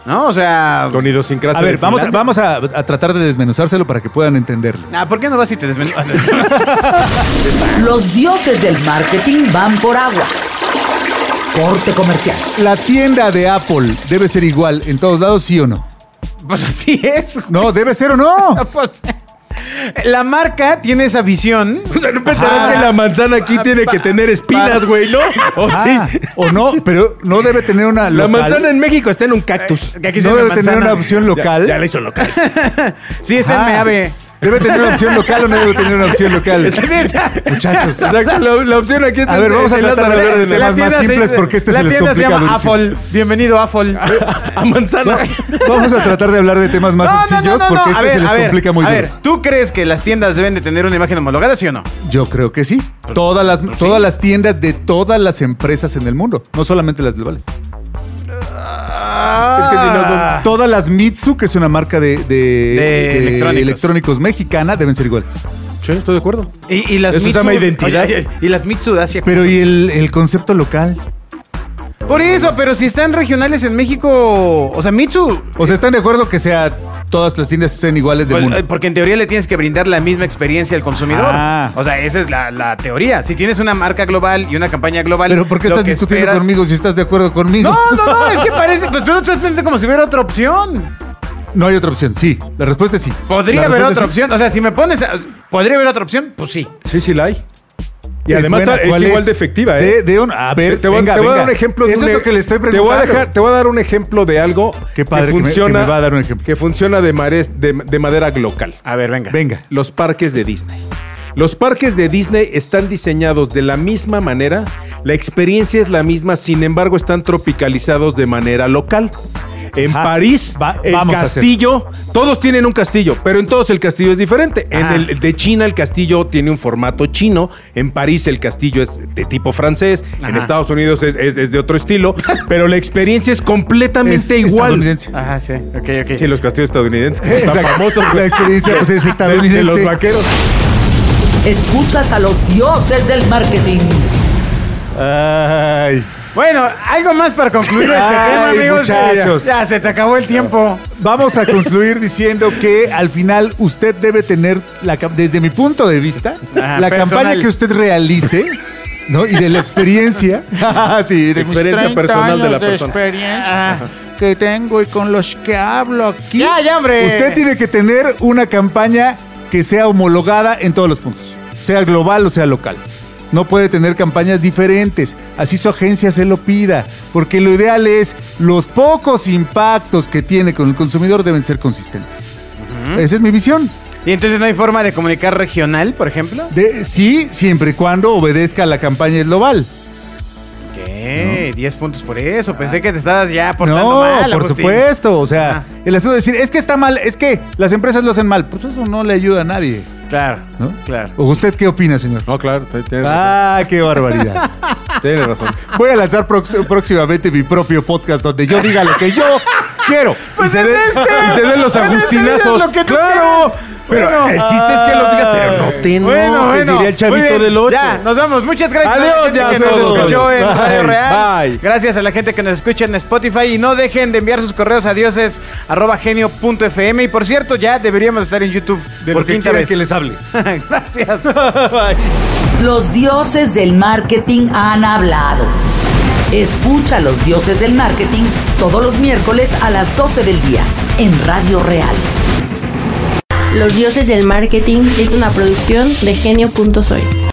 Speaker 3: ¿No? O sea.
Speaker 4: Con idiosincrasia
Speaker 5: A ver,
Speaker 4: de
Speaker 5: vamos, a,
Speaker 4: Finlandia.
Speaker 5: vamos a, a tratar de desmenuzárselo para que puedan entenderlo.
Speaker 3: Ah, ¿por qué no vas y te desmenuzas?
Speaker 2: Los dioses del marketing van por agua. Corte comercial.
Speaker 5: La tienda de Apple debe ser igual en todos lados, sí o no.
Speaker 3: pues así es.
Speaker 5: No, debe ser o no.
Speaker 3: Pues, la marca tiene esa visión.
Speaker 4: O sea, no pensarás
Speaker 5: Ajá.
Speaker 4: que la manzana aquí tiene que tener espinas, güey, ¿no? O
Speaker 5: Ah,
Speaker 4: sí.
Speaker 5: O no, pero no debe tener una
Speaker 4: La
Speaker 5: local.
Speaker 4: manzana en México está en un cactus.
Speaker 3: Que aquí se
Speaker 5: no
Speaker 3: llama
Speaker 5: debe tener
Speaker 3: manzana.
Speaker 5: una opción local.
Speaker 4: Ya, la hizo local.
Speaker 3: Sí, es el
Speaker 5: Ajá.
Speaker 3: meave.
Speaker 5: Ah, ¿Debe tener una opción local o no debe tener una opción local? Muchachos.
Speaker 4: Exacto, la, la opción aquí está.
Speaker 5: A ver, vamos a
Speaker 4: en la
Speaker 5: tratar de
Speaker 4: tabla.
Speaker 5: hablar de
Speaker 4: La
Speaker 5: temas
Speaker 4: tienda
Speaker 5: más
Speaker 4: se-
Speaker 5: simples porque este
Speaker 3: la
Speaker 5: se les
Speaker 3: tienda se
Speaker 5: complica
Speaker 3: llama
Speaker 5: durísimo.
Speaker 3: Apple. Bienvenido, Apple.
Speaker 4: A manzana.
Speaker 5: Vamos a tratar de hablar de temas más sencillos porque este se les complica muy
Speaker 3: a
Speaker 5: bien.
Speaker 3: ver, ¿tú crees que las tiendas deben de tener una imagen homologada, sí o no?
Speaker 5: Yo creo que sí. Todas las,
Speaker 3: Pues
Speaker 5: todas las tiendas de todas las empresas en el mundo, no solamente las globales.
Speaker 4: Es que si no
Speaker 5: Ah,
Speaker 4: son-
Speaker 5: Todas las Mitsu, que es una marca de, de- de
Speaker 3: electrónicos.
Speaker 5: electrónicos mexicana, deben ser iguales.
Speaker 4: Sí, estoy de acuerdo.
Speaker 3: Y, y las
Speaker 4: Eso se llama
Speaker 3: Mitsu-
Speaker 4: identidad.
Speaker 3: Oye, oye, y las Mitsu de Asia.
Speaker 5: Pero ¿y el, el concepto local?
Speaker 3: Por eso, pero si están regionales en México, o sea, Mitsu,
Speaker 5: O sea, ¿están de acuerdo que sea todas las tiendas sean iguales del
Speaker 3: pues,
Speaker 5: mundo?
Speaker 3: eh, porque en teoría le tienes que brindar la misma experiencia al consumidor.
Speaker 5: Ah.
Speaker 3: O sea, esa es la, la teoría. Si tienes una marca global y una campaña global,
Speaker 5: Pero ¿por qué
Speaker 3: lo
Speaker 5: estás
Speaker 3: que
Speaker 5: discutiendo
Speaker 3: esperas-
Speaker 5: conmigo si estás de acuerdo conmigo?
Speaker 3: No, no, no, es que parece, pues tú no estás planteando como si hubiera otra opción.
Speaker 5: No hay otra opción, sí. La respuesta es sí.
Speaker 3: Podría
Speaker 5: La
Speaker 3: haber
Speaker 5: respuesta
Speaker 3: otra
Speaker 5: pues, es sí.
Speaker 3: opción. O sea, si me pones. a- ¿Podría haber otra opción? Pues sí.
Speaker 4: Sí, sí, la hay. Y
Speaker 5: Es
Speaker 4: además
Speaker 5: buena,
Speaker 4: está- es
Speaker 5: ¿cuál
Speaker 4: igual de efectiva, ¿eh?
Speaker 5: De, de un, a ver,
Speaker 4: te voy,
Speaker 5: venga,
Speaker 4: te voy a
Speaker 5: venga.
Speaker 4: dar un ejemplo de
Speaker 5: Eso
Speaker 4: un
Speaker 5: es
Speaker 4: e-
Speaker 5: lo que le estoy
Speaker 4: Te
Speaker 5: preguntando.
Speaker 4: voy a, dejar- te voy a dar un ejemplo de algo
Speaker 5: Qué padre que
Speaker 4: que
Speaker 5: me- que
Speaker 4: funciona.
Speaker 5: me va a dar un ejemplo.
Speaker 4: que funciona de, mares, de, de manera local.
Speaker 3: A ver, venga.
Speaker 5: Venga.
Speaker 4: Los parques de Disney. Los parques de Disney están diseñados de la misma manera, la experiencia es la misma, sin embargo están tropicalizados de manera local. En
Speaker 5: Ajá.
Speaker 4: París,
Speaker 5: Va-
Speaker 4: el
Speaker 5: vamos a hacer.
Speaker 4: castillo, todos tienen un castillo, pero en todos el castillo es diferente. En
Speaker 5: Ah.
Speaker 4: el el de China el castillo tiene un formato chino, en París el castillo es de tipo francés, en
Speaker 5: Ajá.
Speaker 4: Estados Unidos es, es- es de otro estilo, pero la experiencia es
Speaker 5: Es
Speaker 4: completamente igual.
Speaker 5: estadounidense.
Speaker 3: Ajá, sí. Ok, ok.
Speaker 4: Sí, los castillos estadounidenses que son tan
Speaker 5: Exacto.
Speaker 4: famosos. güey.
Speaker 5: La experiencia, pues, es
Speaker 4: De-
Speaker 5: estadounidense.
Speaker 4: De los vaqueros.
Speaker 2: Escuchas a los dioses del marketing.
Speaker 5: Ay.
Speaker 3: Bueno, algo más para concluir este
Speaker 5: Ay,
Speaker 3: tema, amigos.
Speaker 5: muchachos.
Speaker 3: Ya, se te acabó el tiempo.
Speaker 5: Vamos a concluir diciendo que al final usted debe tener, la, cam- desde mi punto de vista,
Speaker 4: Ah,
Speaker 3: Ajá,
Speaker 5: la
Speaker 3: personal.
Speaker 5: campaña que usted realice, ¿no? Y de la experiencia. Ah, sí, de mis
Speaker 4: Experiencia
Speaker 5: 30
Speaker 4: personal de la
Speaker 5: años
Speaker 4: persona.
Speaker 5: experiencia que tengo y con los que hablo aquí.
Speaker 3: Ya, ya, hombre.
Speaker 5: Usted tiene que tener una campaña que sea homologada en todos los puntos, sea global o sea local. No puede tener campañas diferentes, así su agencia se lo pida, porque lo ideal es los pocos impactos que tiene con el consumidor deben ser consistentes. Esa es mi visión.
Speaker 3: Y entonces no hay forma de comunicar regional, por ejemplo.
Speaker 5: De, sí, siempre y cuando obedezca a la campaña global.
Speaker 3: ¿Qué? 10 puntos por eso. Pensé que te estabas ya portando
Speaker 5: No,
Speaker 3: mal.
Speaker 5: por
Speaker 3: Agustín.
Speaker 5: supuesto. O sea,
Speaker 3: Ajá.
Speaker 5: el asunto de decir, es que está mal, es que las empresas lo hacen mal. Pues eso no le ayuda a nadie,
Speaker 3: Claro,
Speaker 5: ¿no?
Speaker 3: claro.
Speaker 5: ¿O usted qué opina, señor?
Speaker 4: No, claro, t- tienes,
Speaker 5: Ah, qué barbaridad.
Speaker 3: Ah.
Speaker 4: razón, tienes razón.
Speaker 5: Voy a lanzar prox- próximamente mi propio podcast donde yo diga lo que yo quiero.
Speaker 3: Pues
Speaker 5: y, se
Speaker 3: es
Speaker 5: den,
Speaker 3: este.
Speaker 5: y se den los
Speaker 3: Pues es
Speaker 5: agustinazos.
Speaker 3: lo que tú
Speaker 5: ¡Claro!
Speaker 4: Pero
Speaker 3: Bueno.
Speaker 4: el chiste es que los digas, pero no te enojes,
Speaker 3: Bueno, bueno.
Speaker 4: diría el
Speaker 3: Muy
Speaker 4: chavito
Speaker 3: bien,
Speaker 4: del 8.
Speaker 3: Ya, nos vamos. Muchas gracias a la
Speaker 4: Adiós,
Speaker 3: gente
Speaker 4: ya
Speaker 3: que nos
Speaker 4: todos.
Speaker 3: escuchó en
Speaker 4: Bye,
Speaker 3: Radio Real.
Speaker 4: bye.
Speaker 3: Gracias a la gente que nos escucha en Spotify. Y no dejen de enviar sus correos a dioses.genio.fm. Y por cierto, ya deberíamos estar en YouTube
Speaker 5: De
Speaker 3: por
Speaker 5: lo que
Speaker 3: quinta
Speaker 5: quiera
Speaker 3: vez.
Speaker 5: que les hable.
Speaker 3: gracias.
Speaker 2: Los dioses del marketing han hablado. Escucha a los dioses del marketing todos los miércoles a las 12 del día en Radio Real.
Speaker 1: Los Dioses del Marketing es una producción de genio.soy.